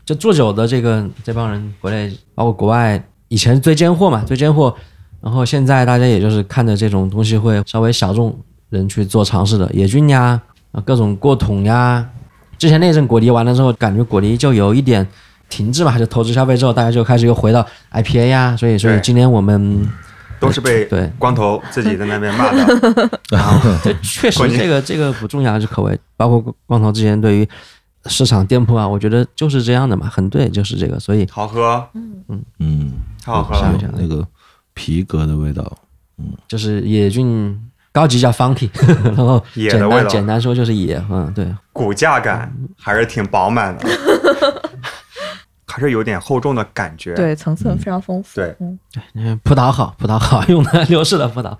就做酒的这个这帮人，国内包括国外，以前追尖货嘛，追尖货，然后现在大家也就是看着这种东西会稍微小众人去做尝试的，野菌呀，啊各种过桶呀。之前那阵果泥完了之后，感觉果泥就有一点停滞嘛，就投资消费之后，大家就开始又回到 IPA 呀、所以所以对今年我们都呃是被对光头自己在那边骂 <laughs> 的。然后这确实关键这个这个不重要，这口味，包括光头之前对于市场店铺啊，我觉得就是这样的嘛，很对，就是这个，所以好喝，嗯，太好喝下了面。讲那个皮革的味道，就是野菌高级叫 <laughs> funky，然后野的简味道单简单说就是野，嗯，对，骨架感还是挺饱满的，还是有点厚重的感觉。对，层次非常丰富。对嗯，嗯，葡萄好，葡萄好，用的流逝的葡萄。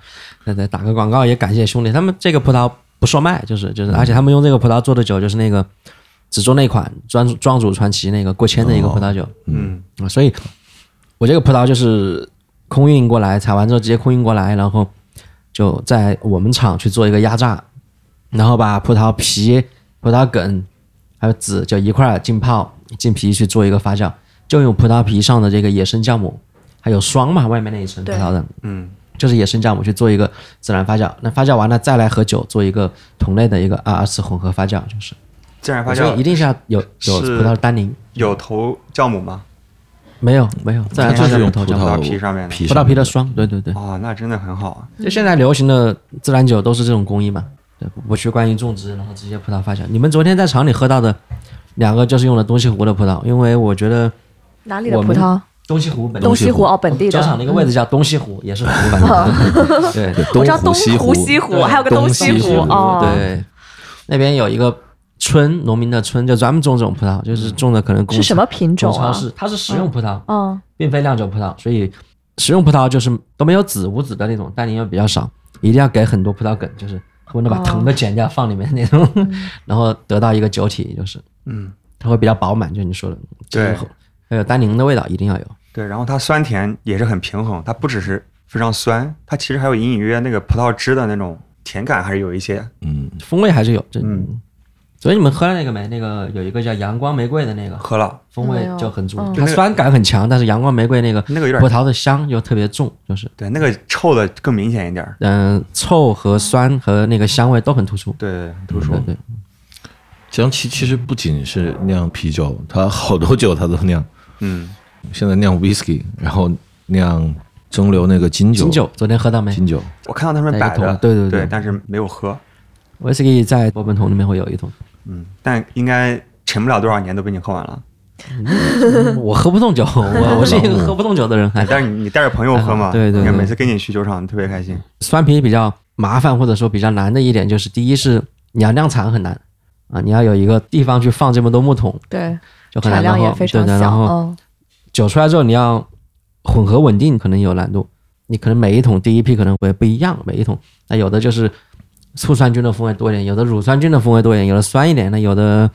对对，打个广告也感谢兄弟，他们这个葡萄不售卖，就是嗯就是，而且他们用这个葡萄做的酒，就是那个只做那款庄庄主传奇那个过千的一个葡萄酒。嗯，啊，所以我这个葡萄就是空运过来，采完之后直接空运过来，然后就在我们厂去做一个压榨，然后把葡萄皮、葡萄梗还有籽就一块儿浸泡浸皮去做一个发酵，就用葡萄皮上的这个野生酵母，还有霜嘛，外面那一层葡萄的，嗯，就是野生酵母去做一个自然发酵，那发酵完了再来和酒做一个同类的一个二二次混合发酵，就是，自然发所酵以一定是要有有是葡萄单宁，有头酵母吗？没有没有自然发就酵是有用头葡酵母。萄萄皮上面的皮葡萄皮的霜，对对对，哦，那真的很好啊。就现在流行的自然酒都是这种工艺嘛，对，不去关于种植，然后直接葡萄发酵。你们昨天在厂里喝到的两个就是用了东西湖的葡萄，因为我觉得哪里的我葡们萄？东西湖本东西湖哦，本地嗯酒的。厂那个位置叫东西湖，也是湖，反哦正 <laughs> 对对我知道湖、东西湖、西湖，对还有个东西西湖哦。对，那边有一个村，农民的村就专门种这种葡萄，就是种的可能嗯是什么品种超啊？市，它是食用葡萄，嗯，并非酿酒葡萄，所以食用葡萄就是都没有籽无籽的那种，单宁又比较少，一定要给很多葡萄梗，就是恨不得把哦藤都剪掉、放里面那种， <laughs> 然后得到一个酒体，就是嗯，它会比较饱满，就你说的，对就是还有单宁的味道一定要有，对，然后它酸甜也是很平衡，它不只是非常酸，它其实还有隐隐约约那个葡萄汁的那种甜感，还是有一些。嗯，风味还是有。这嗯，昨天你们喝了那个没？那个有一个叫阳光玫瑰的那个，喝了，风味没有就很重，嗯它酸感很强，但是阳光玫瑰那个那个有点葡萄的香又特别重，就是对，那个臭的更明显一点儿。嗯、臭和酸和那个香味都很突出。对，很突出对。对，江崎其实不仅是酿啤酒，它好多酒它都酿，嗯，现在酿 whisky，然后酿蒸馏那个金酒，金酒昨天喝到没？金酒我看到他们带一个摆的，桶对对对对，但是没有喝。威士忌在波本桶里面会有一 <laughs> 桶，嗯，但应该沉不了多少年都被你喝完了。我喝不 <laughs> 动酒，我我是一个喝不动酒的人，还啊但是你你带着朋友喝啊嘛，哎对对你看对每次跟你去酒厂特别开心。酸啤比较麻烦或者说比较难的一点就是，第一是你要量产很难啊，你要有一个地方去放这么多木桶对，就很产难，量然也后非对常的，小。然后嗯，酒出来之后你要混合稳定可能有难度，你可能每一桶第一批可能会不一样，每一桶那有的就是醋酸菌的风味多一点，有的乳酸菌的风味多一点，有的酸一点，那有的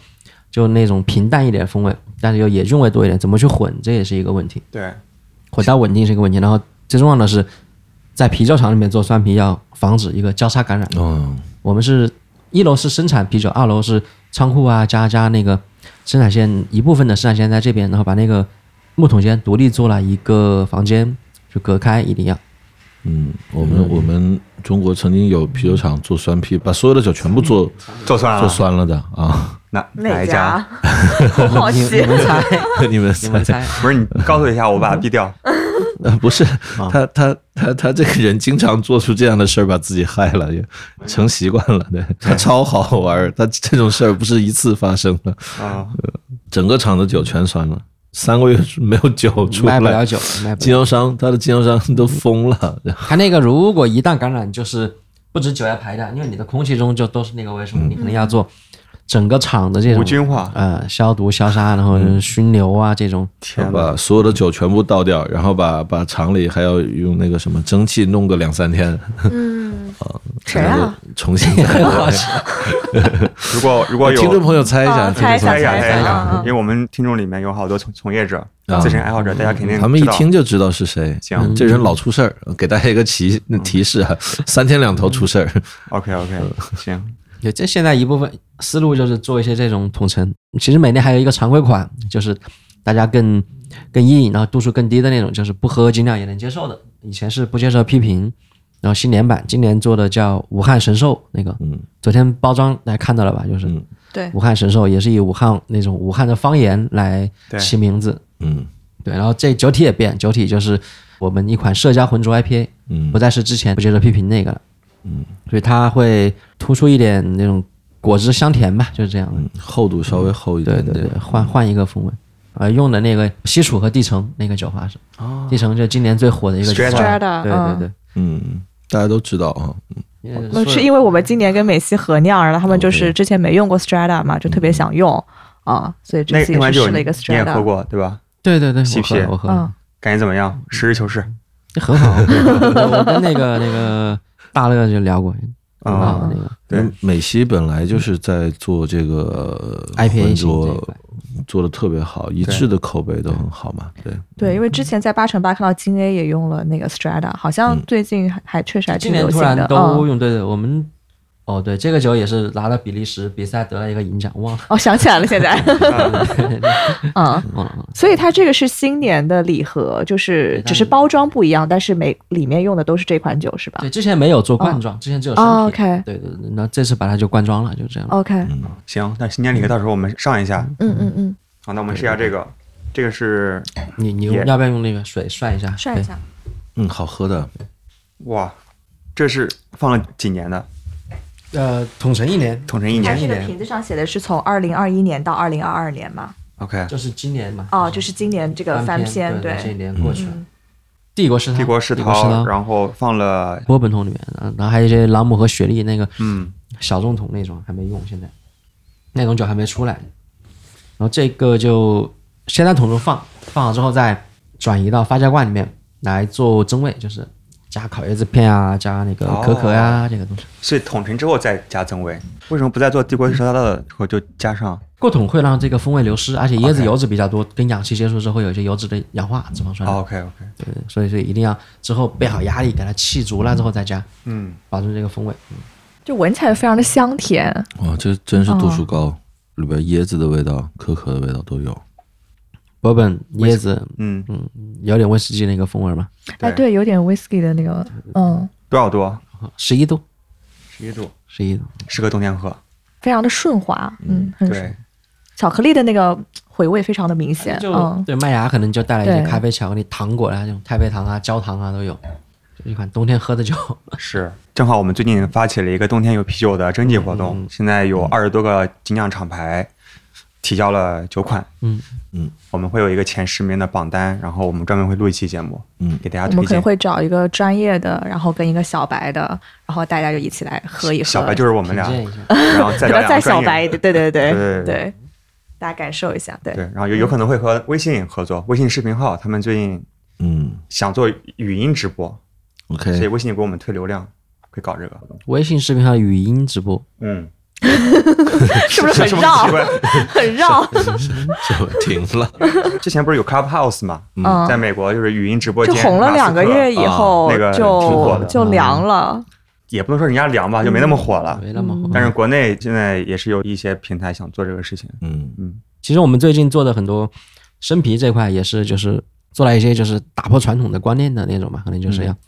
就那种平淡一点风味，但是有野菌味多一点，怎么去混这也是一个问题。对，混搭稳定是一个问题，然后最重要的是，在啤酒厂里面做酸啤要防止一个交叉感染。嗯，我们是一楼是生产啤酒，二楼是仓库啊加加那个生产线一部分的生产线在这边，然后把那个木桶间独立做了一个房间，就隔开一定要。嗯，我们我们中国曾经有啤酒厂做酸啤，把所有的酒全部做做酸了，做酸了的啊。哪哪一家？？好好你奇你。们 <laughs> 猜， <laughs> 你们你猜们 <laughs> 猜，不是啊你告诉我一下，我把它毙掉。呃，不是啊他他他他这个人经常做出这样的事儿，把自己害了，也成习惯了。对 <laughs> 他超好玩儿，他这种事儿不是一次发生的，嗯啊，整个厂的酒全酸了，三个月没有酒出卖不了来，酒，卖不经了。销商他的经销商都疯了。它那个如果一旦感染，就是不止酒要排掉，因为你的空气中就都是那个微生物，你可能要做整个厂的这种无菌啊化，呃消毒消杀，然后熏牛啊这种，天呐，把所有的酒全部倒掉，然后把把厂里还要用那个什么蒸汽弄个两三天，嗯，谁 <laughs> 啊？哎 <laughs> 重新再来。如果如果有听众朋友猜一下，哦听众猜一下猜一下，猜一下猜一嗯下嗯，因为我们听众里面有好多从从业者、啊自身爱好者，大家肯定他们一知道听就知道是谁。行嗯这人老出事儿，给大家一个提嗯 <laughs> 提示啊，三天两头出事儿。 OK OK，行，嗯也这现在一部分思路就是做一些这种统称。其实每年还有一个常规款，就是大家更更硬，然后度数更低的那种，就是不喝尽量也能接受的。以前是不接受批评，然后新年版今年做的叫武汉神兽那个，嗯，昨天包装大家看到了吧？就是嗯对武汉神兽也是以武汉那种武汉的方言来对起名字。嗯对，然后这酒体也变，酒体就是我们一款社交浑浊 IPA，嗯不再是之前不接着批评那个了，嗯，所以它会突出一点那种果汁香甜吧，就是这样的。嗯，厚度稍微厚一对点对点对，换换一个风味。呃，用的那个西楚和地城那个酒花是，啊，地城就今年最火的一个酒 Strata 花， Strata，对对对嗯，大家都知道啊，因为那说是因为我们今年跟美西合酿，然后他们就是之前没用过 Strata 嘛，就特别想用啊，所以那这次那也款是酒试了你一个你也喝 Strata。过对吧？对对对，我 CP 喝我喝嗯了，，感觉怎么样？实事求是这很好。我我跟那个那个大乐就聊过，嗯很好啊的那个对那美西本来就是在做这个呃 IPA 浑型这一浊块，做的特别好，一致的口碑都很好嘛。对，对，因为之前在八乘八看到金 A 也用了那个 Strata，好像最近还还确实还今挺年流突行然的。都嗯，用，对对，我们哦对，这个酒也是拿了比利时比赛得了一个银奖，忘了哦，想起来了，现在，嗯，忘了忘了。所以它这个是新年的礼盒，就是对它只是包装不一样，但是每里面用的都是这款酒，是吧对，之前没有做罐装，之前只有生啊哦啤。 ，OK 哦对对，对那这次把它就罐装了，就这样。 ？OK，行，那新年礼盒到时候我们上一下。嗯嗯嗯，好，那我们试一下这个，这个是你你也要不要用那个水涮一下？涮一对下，嗯，好喝的，哇，这是放了几年的，呃，统成一年统成一它年。这个瓶子上写的是从二零二一年到二零二二年嘛？ OK，就是今年嘛。哦，就是今年这个翻篇，对，这对，一嗯年过去了。帝国石涛，帝国世涛，然后放了波本桶里面，然后还有一些朗姆和雪莉那个嗯小众桶那种还没用，现在那种酒还没出来。然后这个就先在桶中放，放好之后再转移到发酵罐里面来做增味，就是加烤椰子片啊，加那个可可啊、这个东西。，所以统称之后再加增味，为什么不在做帝国沙拉的时候就加上？过桶会让这个风味流失，而且椰子 OK 油脂比较多，跟氧气接触之后会有一些油脂的氧化脂肪酸。 OK OK，对，所以所以一定要之后备好压力，给它气足了之后再加，嗯，保证这个风味。就闻起来非常的香甜。哦哇，哦这真是度数高，里边椰子的味道、可可的味道都有。波本椰子，嗯，嗯，有点威士忌那个风味嘛，哎，对，对，有点 whisky 的那个，嗯，多少度？十一度，十一度，十一度。适合冬天喝。非常的顺滑，嗯，很顺对，巧克力的那个回味非常的明显，就嗯，对麦芽可能就带来一些对咖啡、巧克力、糖果啦，这种太妃糖啊、焦糖啊都有，就一款冬天喝的酒。是正好我们最近发起了一个冬天有啤酒的征集活动，现在有二十多个精酿厂牌提交了九款，嗯嗯，我们会有一个前十名的榜单，然后我们专门会录一期节目，嗯给大家我们推可能荐。会找一个专业的，然后跟一个小白的，然后大家就一起来喝一喝，小白就是我们品俩，鉴一下，然后再可聊能两 <laughs> 再个小专业白一点，对对对对对，大家感受一下，对嗯对，然后有有可能会和微信合作，微信视频号他们最近嗯想做语音直播，所以，OK，微信也给我们推流量，会搞这个。微信视频上语音直播，嗯， <laughs> 是不是很什么绕奇？怪？ <laughs> 很绕，就停了。 <laughs> 之前不是有 Clubhouse 嘛，嗯，在美国就是语音直播就间，红了两个马月斯克啊以后那个挺火就的嗯就凉了，也不能说人家凉吧，就没那么火了。没那么火。但是国内现在也是有一些平台想做这个事情。嗯其实我们最近做的很多生啤这块也是，就是做了一些就是打破传统的观念的那种嘛，可能就是嗯要，比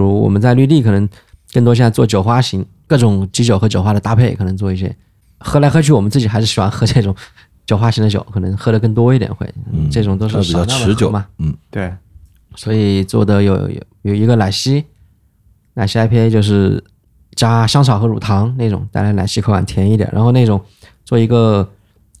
如我们在绿地可能更多现在做酒花型，各种基酒和酒花的搭配，可能做一些。喝来喝去，我们自己还是喜欢喝这种酒花型的酒，可能喝的更多一点会，嗯，这种都是它比较少量地持久喝嘛。。嗯对，所以做的有有有一个奶昔，奶昔 IPA 就是加香草和乳糖那种，带来奶昔口感甜一点。然后那种做一个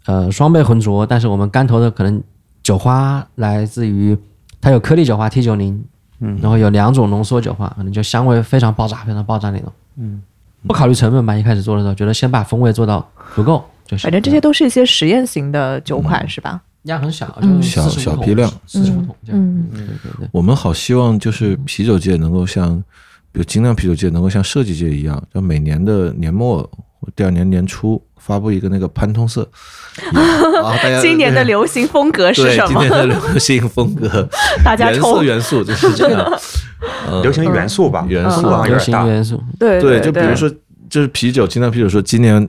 呃双倍浑浊，但是我们干投的可能酒花来自于它有颗粒酒花 T 九零，嗯，然后有两种浓缩酒花，可能就香味非常爆炸，非常爆炸那种，嗯，不考虑成本吧，一开始做的时候觉得先把风味做到足够，就是反正这些都是一些实验型的酒嗯款，是吧？量很小，就是小45小桶批量四十五桶这样，嗯对对对。我们好希望就是啤酒界能够像，比如精酿啤酒界能够像设计界一样，就每年的年末或第二年年初发布一个那个潘 <laughs> 通色。啊，大家今年的流行风格是对什今么年？的流行风格， <laughs> 大家元抽素元素就是 <laughs> 这样。嗯流行元素吧，元素风格好像嗯流有点行大。元素，对对，对，就比如说，就是啤酒，精酿啤酒说今年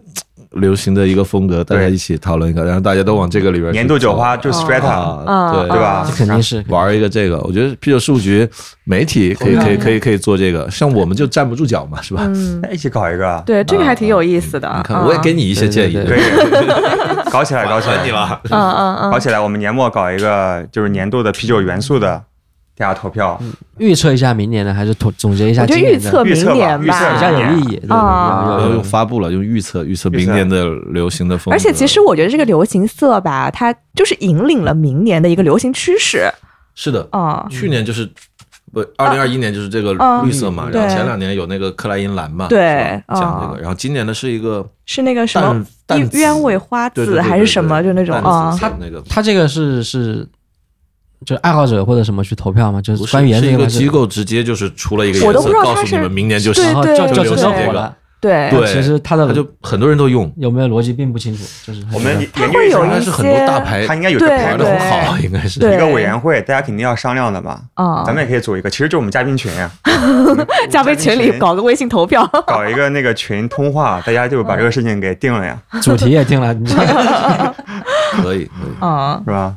流行的一个风格，大家一起讨论一个，然后大家都往这个里边去年度酒花嗯就走 Strata，、啊，对对吧？这肯定是玩一个这个，我觉得啤酒事务局媒体可以可以可以可以做这个，像我们就站不住脚嘛，是吧？嗯，那一起搞一个，啊对，这个还挺有意思的。嗯你看，我也给你，你一些建议，对可对以， <laughs> 搞起来，搞起来，了。嗯嗯嗯，搞起来，我们年末搞一个就是年度的啤酒元素的大家投票，嗯预测一下明年的，还是统总结一下我觉今得年的？预测预明测吧年预测比较一下有意义，对啊不要要有用发布了，用预测，预测明年的流行的风格。而且其实我觉得这个流行色吧，它就是引领了明年的一个流行趋势是的，啊。去年就是不，二零二一年就是这个嗯绿色嘛，对然后前两年有那个克莱因蓝嘛，对是吧讲这嗯个，然后今年呢是一个是那个什么淡淡紫鸢尾花对籽对对还是什么，对就对那种淡紫啊色的那个。他这个是是，就爱好者或者什么去投票吗？就不是关于颜是色一个还是机，构直接就是出了一个我颜都不色知道，告它诉是你们明年就对是然后对就对对就真的对火了。对，对其实他的它就很多人都用，有没有逻辑并不清楚，就是我们它研究会一有应该下一，是很多些大牌它应该有一个玩 panel 的对很好，应该是对一个委员会，大家肯定要商量的嘛。啊咱，们也可以组一个，其实就是我们嘉宾 <laughs> 群呀、嗯加微群里搞个微信 <laughs> 投票，搞一个那个群通话，大家就把这个事情给定了呀，主题也定 <laughs> 了，你这个可以，可以啊，是吧？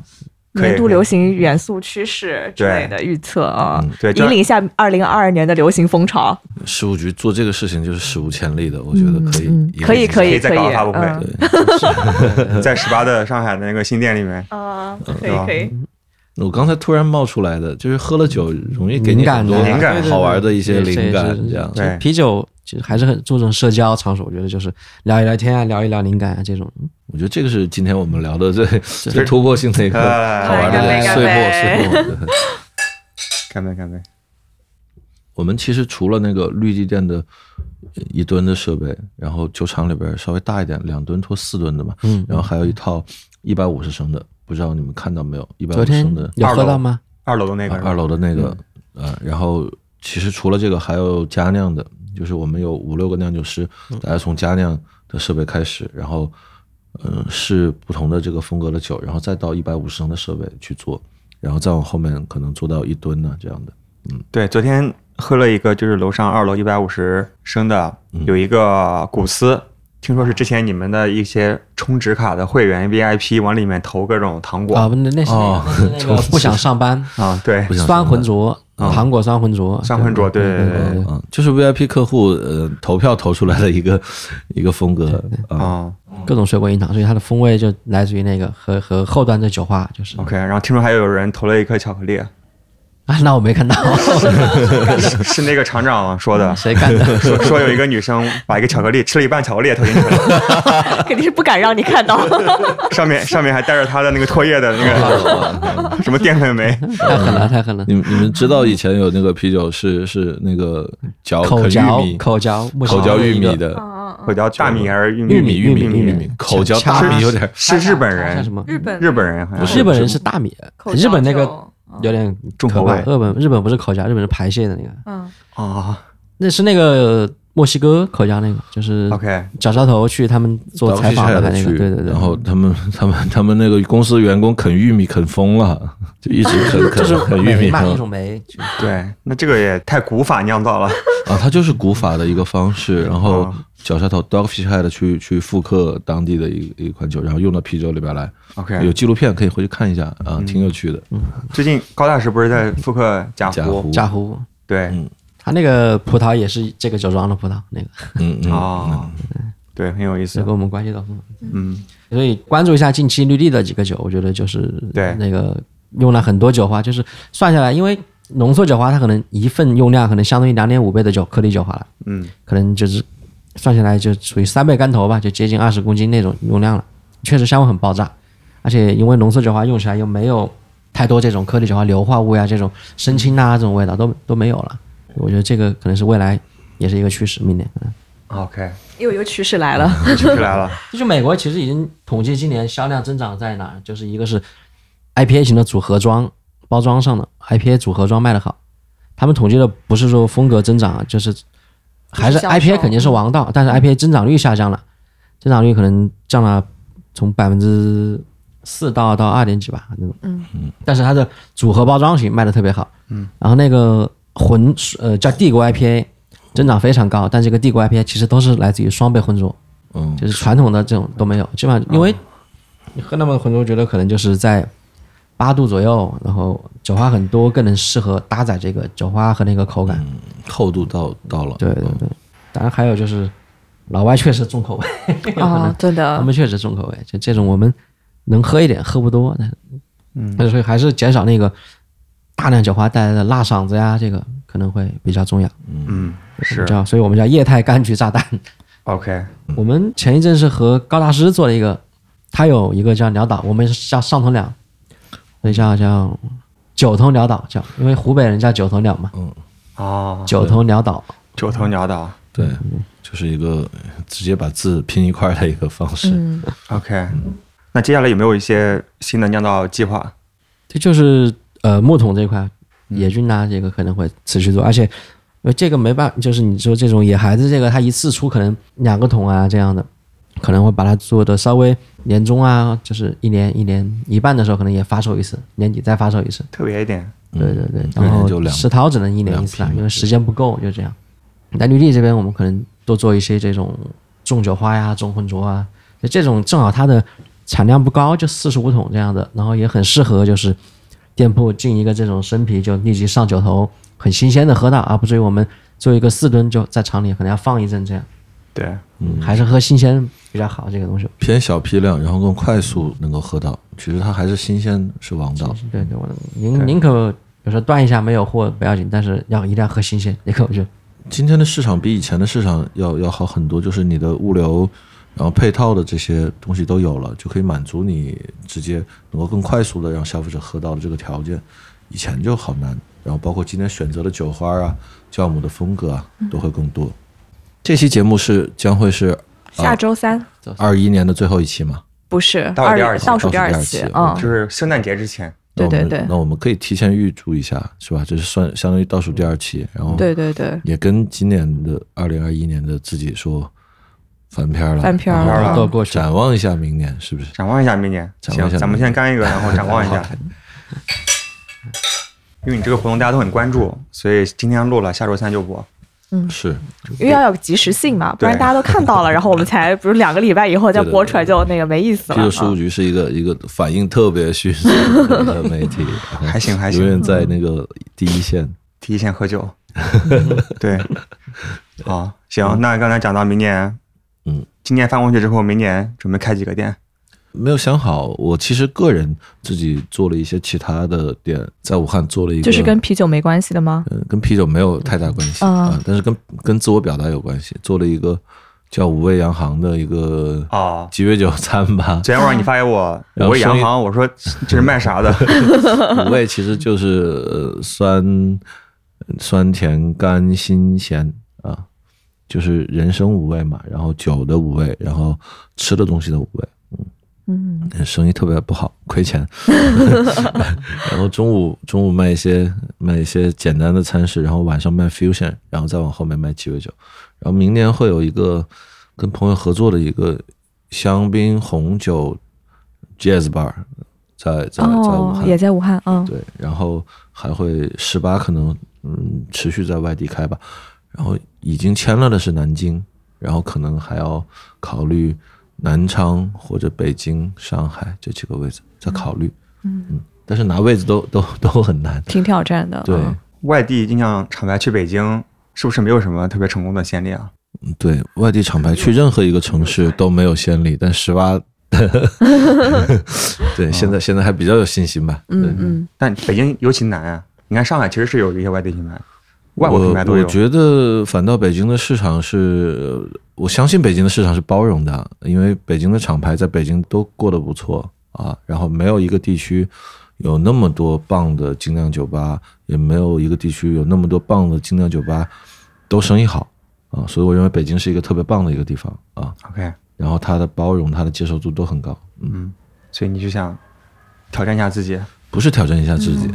可以年度流行元素趋势之类的预测啊，嗯对，就引领一下二零二二年的流行风潮，事务局做这个事情就是史无前例的，我觉得可以嗯，一个可以一个以以再可以搞个发布会嗯 <laughs> 在十八的上海的那个新店里面，啊，可是以吧可以， <laughs> 我刚才突然冒出来的，就是喝了酒容易给敏你啊感很多的灵感嗯对对对好玩的一些对灵感这也，是这样。对啤酒其实还是很注重社交场所，我觉得就是聊一聊天啊，聊一聊灵感啊这种。我觉得这个是今天我们聊的最最突破性的一个哎好玩的干杯碎干末杯碎末。对干杯干杯！我们其实除了那个绿地店的一吨的设备，然后酒厂里边稍微大一点，两吨拖四吨的嘛，嗯，然后还有一套一百五十升的，不知道你们看到没有？一百昨五十天升的有二喝楼到吗？二楼的那个啊是吧二楼的那个，呃，然后其实除了这个，还有家酿的，就是我们有五六个酿酒师，大家从家酿的设备开始，然后嗯、呃试不同的这个风格的酒，然后再到一百五十升的设备去做，然后再往后面可能做到一吨呢、这样的。对，昨天喝了一个，就是楼上二楼一百五十升的，嗯有一个古斯，听说是之前你们的一些充值卡的会员 VIP 往里面投各种糖果啊，不，那那是哦那是那个不想上班，啊，对不，想酸上浑班浊，嗯糖果酸浑浊，上浑浊，对对对对，嗯，就是 VIP 客户呃投票投出来的一个一个风格啊，啊各种水果饮糖，所以它的风味就来自于那个和和后端的酒花，嗯就是，OK，然后听说还有人投了一颗巧克力， <laughs> 啊，那我没看到，是是那个厂长说 <laughs> 的，谁干的？说说有一个女生把一个巧克力吃了一半巧克力也投进去了，肯定是不敢让你看 <laughs> 到，上面上面还带着她的那个唾液的那 <laughs> 个 <laughs> 什么淀粉酶，太狠了，太狠了！啊你们你们知道以前有那个啤酒是是那个嚼口啃嚼哦玉米口嚼木勺口嚼玉一个米的我叫大米还是玉米玉米玉米米玉玉米米，口嚼掐大米有点是日本像人什，么？本日本人好像不是日本人是大米，日本那个有点重口可怕味日本日本不是口嚼，日本是排泄的那个，嗯，啊那是那个墨西哥口嚼那个，就是，OK，角鲨头去他们做到采访西的海的那去个，对对对，然后他们他们他们那个公司员工啃玉米啃疯了，就一直啃 <laughs> 啃啃玉米啊酶嘛，啃一种酶，就 <laughs> 对，那这个也太古法酿造了，啊，它就是古法的一个方式，然后哦啊绞杀头 Dogfish Head 去去复刻当地的一一款酒，然后用到啤酒里边来，有 OK，纪录片可以回去看一下啊，嗯挺有趣的。最近高大师不是在复刻贾贾湖湖？，加湖。对，他那个葡萄也是这个酒庄的葡萄，那个嗯嗯，啊，对，很有意这思跟，我们关系都很好。嗯，所以关注一下近期绿地的几个酒，我觉得就是呃对那个用了很多酒花，就是算下来，因为浓缩酒花它可能一份用量可能相当于两点五倍的酒颗粒酒花了，嗯，可能就是算下来就属于三倍干头吧，就接近二十公斤那种用量了，确实香味很爆炸，而且因为浓缩酒花用起来又没有太多这种颗粒酒花硫化物呀、这种生青啊这种味道都都没有了，我觉得这个可能是未来也是一个趋势，明年可能。嗯 OK，又有一个趋势来了， <laughs> 出来了，就是美国其实已经统计今年销量增长在哪儿，就是一个是 IPA 型的组合装包装上的 IPA 组合装卖得好，他们统计的不是说风格增长，啊就是还是销售嗯 IPA 肯定是王道，但是 IPA 增长率下降了，增长率可能降了从百分之四到到二点几吧那种，嗯嗯，但是它的组合包装型卖得特别好，嗯，然后那个混呃叫帝国 IPA 增长非常高，但这个帝国 IPA 其实都是来自于双倍浑浊。嗯就是传统的这种都没有，基本上因为你喝那么浑浊，我觉得可能就是在八度左右，然后酒花很多，更能适合搭载这个酒花和那个口感。厚度到到了，啊对对对，当然还有就是老外确实重口味，啊，真他的们确实重口味，就这种我们能喝一点，喝不多，但嗯，但是所以还是减少那个大量酒花带来的辣嗓子呀，这个可能会比较重要。嗯，是叫所以我们叫液态柑橘炸弹。 OK，我们前一阵是和高大师做了一个，他有一个叫鸟岛，我们叫上头鸟，那叫叫九头鸟岛，叫因为湖北人叫九头鸟嘛，哦，九头鸟岛。九头鸟岛对，就是一个直接把字拼一块儿的一个方式。嗯， OK，那接下来有没有一些新的酿造计划？这就是呃木桶这一块，野菌啊，这个可能会持续做，而且因为这个没办法，就是你说这种野孩子这个，他一次出可能两个桶啊这样的，可能会把它做的稍微年终啊，就是一年一年一半的时候，可能也发售一次，年底再发售一次。特别一点，对对对，一然年后就两石涛只能一年一次啊，两批因为时间不够，就这样。蓝绿地这边我们可能多做一些这种种酒花呀、种混浊啊，就这种正好它的产量不高，就四十五桶这样的，然后也很适合就是店铺进一个这种生啤就立即上酒头，很新鲜的喝到，而不至于我们做一个四吨就在厂里可能要放一阵这样，对，啊还是喝新鲜比较好这个东西。偏小批量，然后更快速能够喝到。其实它还是新鲜是王道。对对，我宁宁可有时候断一下没有货不要紧，但是要一定要喝新鲜，这个我觉得今天的市场比以前的市场要要好很多，就是你的物流，然后配套的这些东西都有了，就可以满足你直接能够更快速的让消费者喝到的这个条件。以前就好难，然后包括今天选择的酒花啊、酵母的风格啊，嗯都会更多。这期节目是将会是下周三二一年的最后一期嘛？不是倒数第二二期倒数第倒数二第二期期，嗯就，是圣诞节之前，那对我们对对那我们可以提前预祝一下，是吧？这是算相当于倒数第二期，然后对对对，也跟今年的二零二一年的自己说翻篇儿了，翻篇儿嗯然后翻篇儿了都过去了。展望一下明年是不是？展望一下明年。展望行一下，咱们明年先干一个，然后展 <laughs> 望一下。因为你这个活动大家都很关注，所以今天录了，下周三就播。是，因为要有及时性嘛，不然对大家都看到了，然后我们才比如两个礼拜以后再对对播出来就那个没意思啤了酒。事务嗯局是一个一个反应特别迅速的 <laughs> 媒体，然后 <laughs> 还行还行永远在那个第一线。第一线喝酒，嗯对，好，行，那刚才讲到明年，嗯，今年翻过去之后，明年准备开几个店？没有想好，我其实个人自己做了一些其他的店，在武汉做了一个，就是跟啤酒没关系的吗？嗯，跟啤酒没有太大关系啊啊、但是跟跟自我表达有关系。做了一个叫五味洋行的一个哦鸡尾酒餐吧，昨天晚上你发给我，啊 <laughs> 然我后问生洋意行，我说这是卖啥的？ <laughs> <laughs> 五味其实就是呃酸、酸甜、甘、辛、咸啊，就是人生五味嘛，然后酒的五味，然后吃的东西的五味。呃嗯，生意特别不好，<laughs> 亏钱。 <laughs> 然后中午中午卖一些卖一些简单的餐食，然后晚上卖 fusion，然后再往后面卖鸡尾酒。然后明年会有一个跟朋友合作的一个香槟红酒 jazz bar，在在在武哦汉、，也在武汉，嗯，对，然后还会十八可能嗯持续在外地开吧，然后已经签了的是南京，然后可能还要考虑南昌或者北京、上海这几个位置再考虑，嗯但是拿位置都都 <laughs> 都很难，挺挑战的。对嗯外地印象厂牌去北京，是不是没有什么特别成功的先例啊？对，外地厂牌去任何一个城市都没有先例，但十八。对，现在现在还比较有信心吧。对哦嗯嗯，但北京尤其难啊！你看上海其实是有一些外地品牌，外国我品牌都有我。觉得反倒北京的市场是，呃我相信北京的市场是包容的，因为北京的厂牌在北京都过得不错啊，然后没有一个地区有那么多棒的精酿酒吧，也没有一个地区有那么多棒的精酿酒吧都生意好啊，所以我认为北京是一个特别棒的一个地方啊， OK，然后它的包容、它的接受度都很高，嗯，所以你就想挑战一下自己。不是挑战一下自己，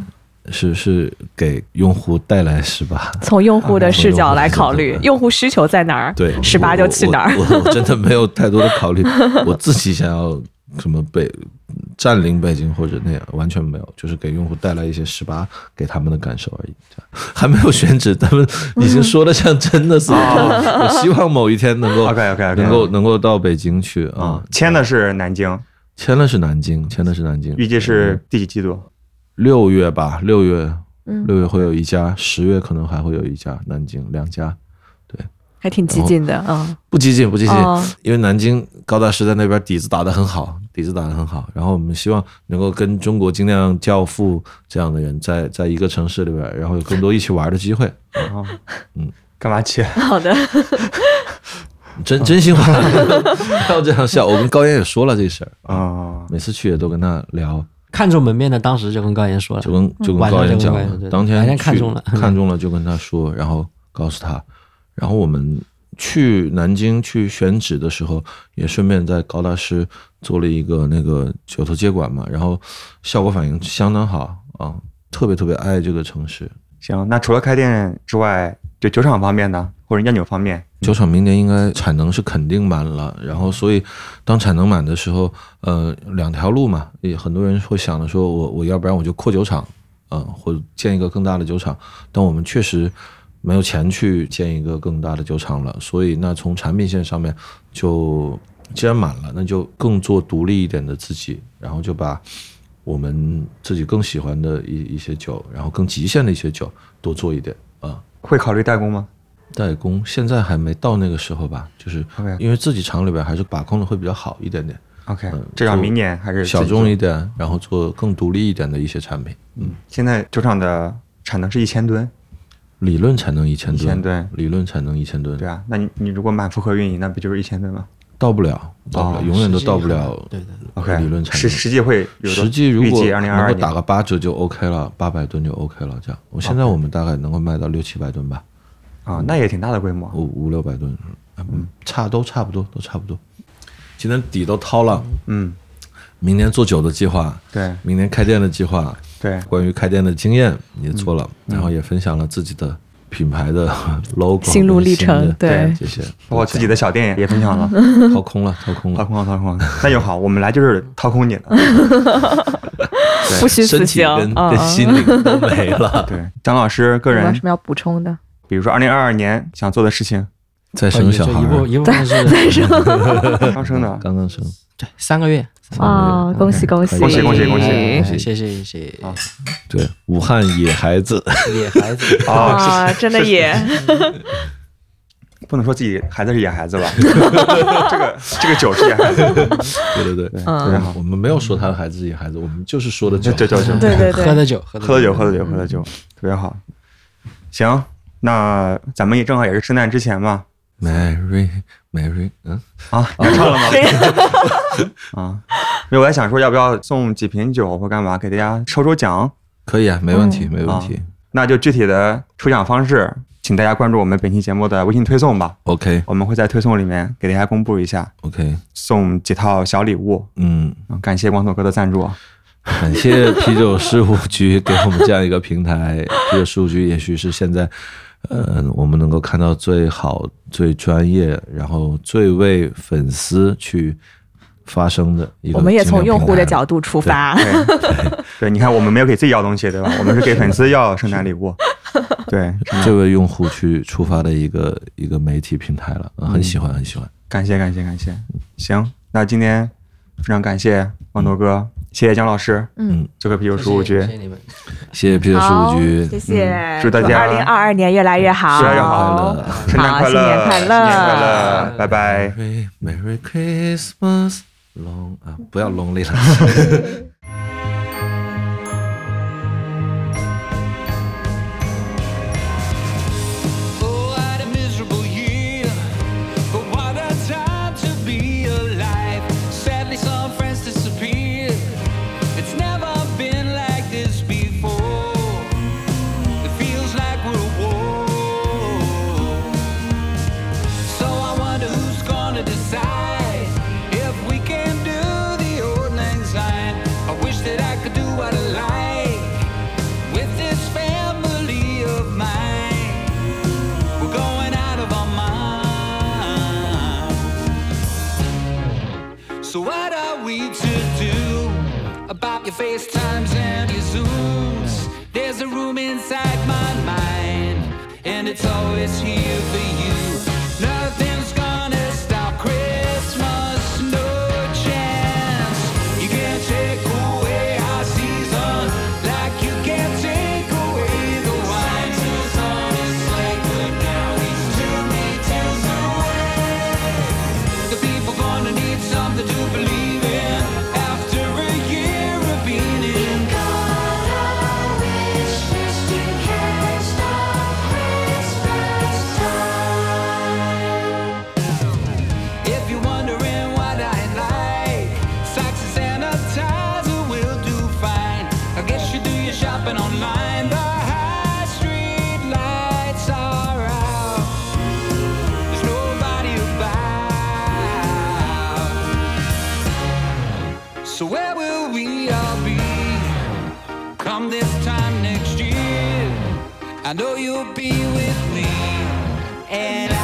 是是给用户带来十八。从用户的视角来考虑对，用户需求在哪儿，对，十八我就去哪儿。 <laughs> 我我我真的没有太多的考虑，我自己想要什么北占领北京或者那样，完全没有，就是给用户带来一些十八给他们的感受而已，这样还没有选址，他们已经说的像真的似的。哦我希望某一天能够 OK，OK，OK 能够能够到北京去啊。签的是南京，签了是南京，签的是南京，嗯预计是第几季度？六月吧，六月嗯六月会有一家，十月可能还会有一家，南京两家。还挺激进的，嗯，不激进，不激进，哦因为南京高大师在那边底子打得很好，底子打得很好。然后我们希望能够跟中国精酿教父这样的人在在一个城市里边，然后有更多一起玩的机会。啊，嗯，干嘛去？好的，真真心话，不要这样笑。我跟高岩也说了这事儿，啊，每次去也都跟他聊，看中门面的，当时就跟高岩说了就，跟就跟晚上高岩就讲跟高了岩对，当晚天上去看中了 <laughs> 看中了就跟他说，然后告诉他，然后我们去南京去选址的时候，也顺便在高大师做了一个那个九头接管嘛，然后效果反应相当好啊，特别特别爱这个城市。行，那除了开店之外，就酒厂方面呢，或者酿酒方面，酒厂明年应该产能是肯定满了，然后所以当产能满的时候，呃，两条路嘛，也很多人会想着说我我要不然我就扩酒厂，嗯、或者建一个更大的酒厂，但我们确实没有钱去建一个更大的酒厂了，所以那从产品线上面就既然满了，那就更做独立一点的自己，然后就把我们自己更喜欢的一一些酒，然后更极限的一些酒多做一点啊。会考虑代工吗？代工现在还没到那个时候吧，就是 OK 因为自己厂里边还是把控的会比较好一点点， OK，嗯至少明年还是小自己众做一点，然后做更独立一点的一些产品。现在酒厂的产能是一千吨，理论产能一千吨， 1000吨理论产能一千吨对，啊，那你你如果满负荷运营，那不就是一千吨吗到不了，到不了，哦永远都实际到不可能了对对对？OK，理论产实能。实际会有多实际如预果计二零二能二够打年个八折就 OK 了，八百吨就 OK 了，这样。我现在我们大概能够卖到六七百吨吧，啊，那也挺大的规模。五五六百吨，嗯，差都差不多，都差不多。今天底都掏了，嗯，明年做酒的计划，对明年开店的计划，对关于开店的经验也做了，然后也分享了自己的品牌的 logo 嗯心路历程跟新的对这些，包括自己的小店也分享了，掏空了，掏空掏 <laughs> 了，空了，掏空了。那就好，我们来就是掏空你了。不虚身此体行，跟嗯跟心灵都没了。 <laughs> 对，张老师个有没有人什，么要补充的？比如说二零二二年想做的事情，再生小哦就孩一部儿，一部分是刚生的，刚刚生，对三个月，啊，恭喜恭喜恭喜恭喜恭喜谢谢谢谢啊对，武汉野孩子， <laughs> 野孩子，哦，是啊， <laughs> 真的也不能说自己孩子是野孩子吧？这个这个酒是野孩子，对对嗯对，特别好。我们没有说他的孩子野孩子，我们就是说的酒，啊对对对对对对喝的酒，喝喝了酒，喝了酒，喝了酒，特别好。行，那咱们也正好也是圣诞之前嘛， ，Mary Mary，嗯，啊，要唱了吗？ <laughs> 啊，因为我在想说，要不要送几瓶酒或干嘛给大家抽抽奖？可以啊，没问题，没问啊题那就具体的抽奖方式，请大家关注我们本期节目的微信推送吧， ，OK 我们会在推送里面给大家公布一下， OK，送几套小礼物。嗯，啊，感谢光头哥的赞助啊， <laughs> 感谢啤酒事务局给我们这样一个平台。啤酒事务局也许是现在，呃，我们能够看到最好、最专业，然后最为粉丝去发声的一个。我们也从用户的角，度出发，对，对，你看我们没有给自己要东西，对吧？我们是给粉丝要圣诞礼 <laughs> 物，对，这为用户去出发的一个一个媒体平台了，呃很喜欢，很喜欢。感谢感谢感谢。行，那今天非常感谢光头哥，谢谢姜老师，嗯，这个啤酒有事务局谢，谢你们。谢谢啤酒事好，务局，谢谢，祝大家二零二二年越来越好，越来越好快乐圣诞好快新乐，年快新年快乐乐，拜拜。 Merry Merry Christmas long 啊，不要 lonely 了。 Oh, what a miserable year. But what a time to be alive. Sadly, some friends disappeared. It's never been like this before. It feels like we're at war. So I wonder who's gonna decide if we can do the old lang syne. your FaceTimes and your Zooms. There's a room inside my mind, and it's always here for you. Nothing's gonna stop Christmas, no chance. You can't take away our season like you can't take away the wine. Santa's on his sleigh, but now he's two meters away. The people gonna need something to believe in after a year of being in. If you're wondering what I like, socks and sanitizer will do fine. I guess you do your shopping online. The high street lights are out. There's nobody about. So where will we all be? Come this time next year, I know you'll be with me. And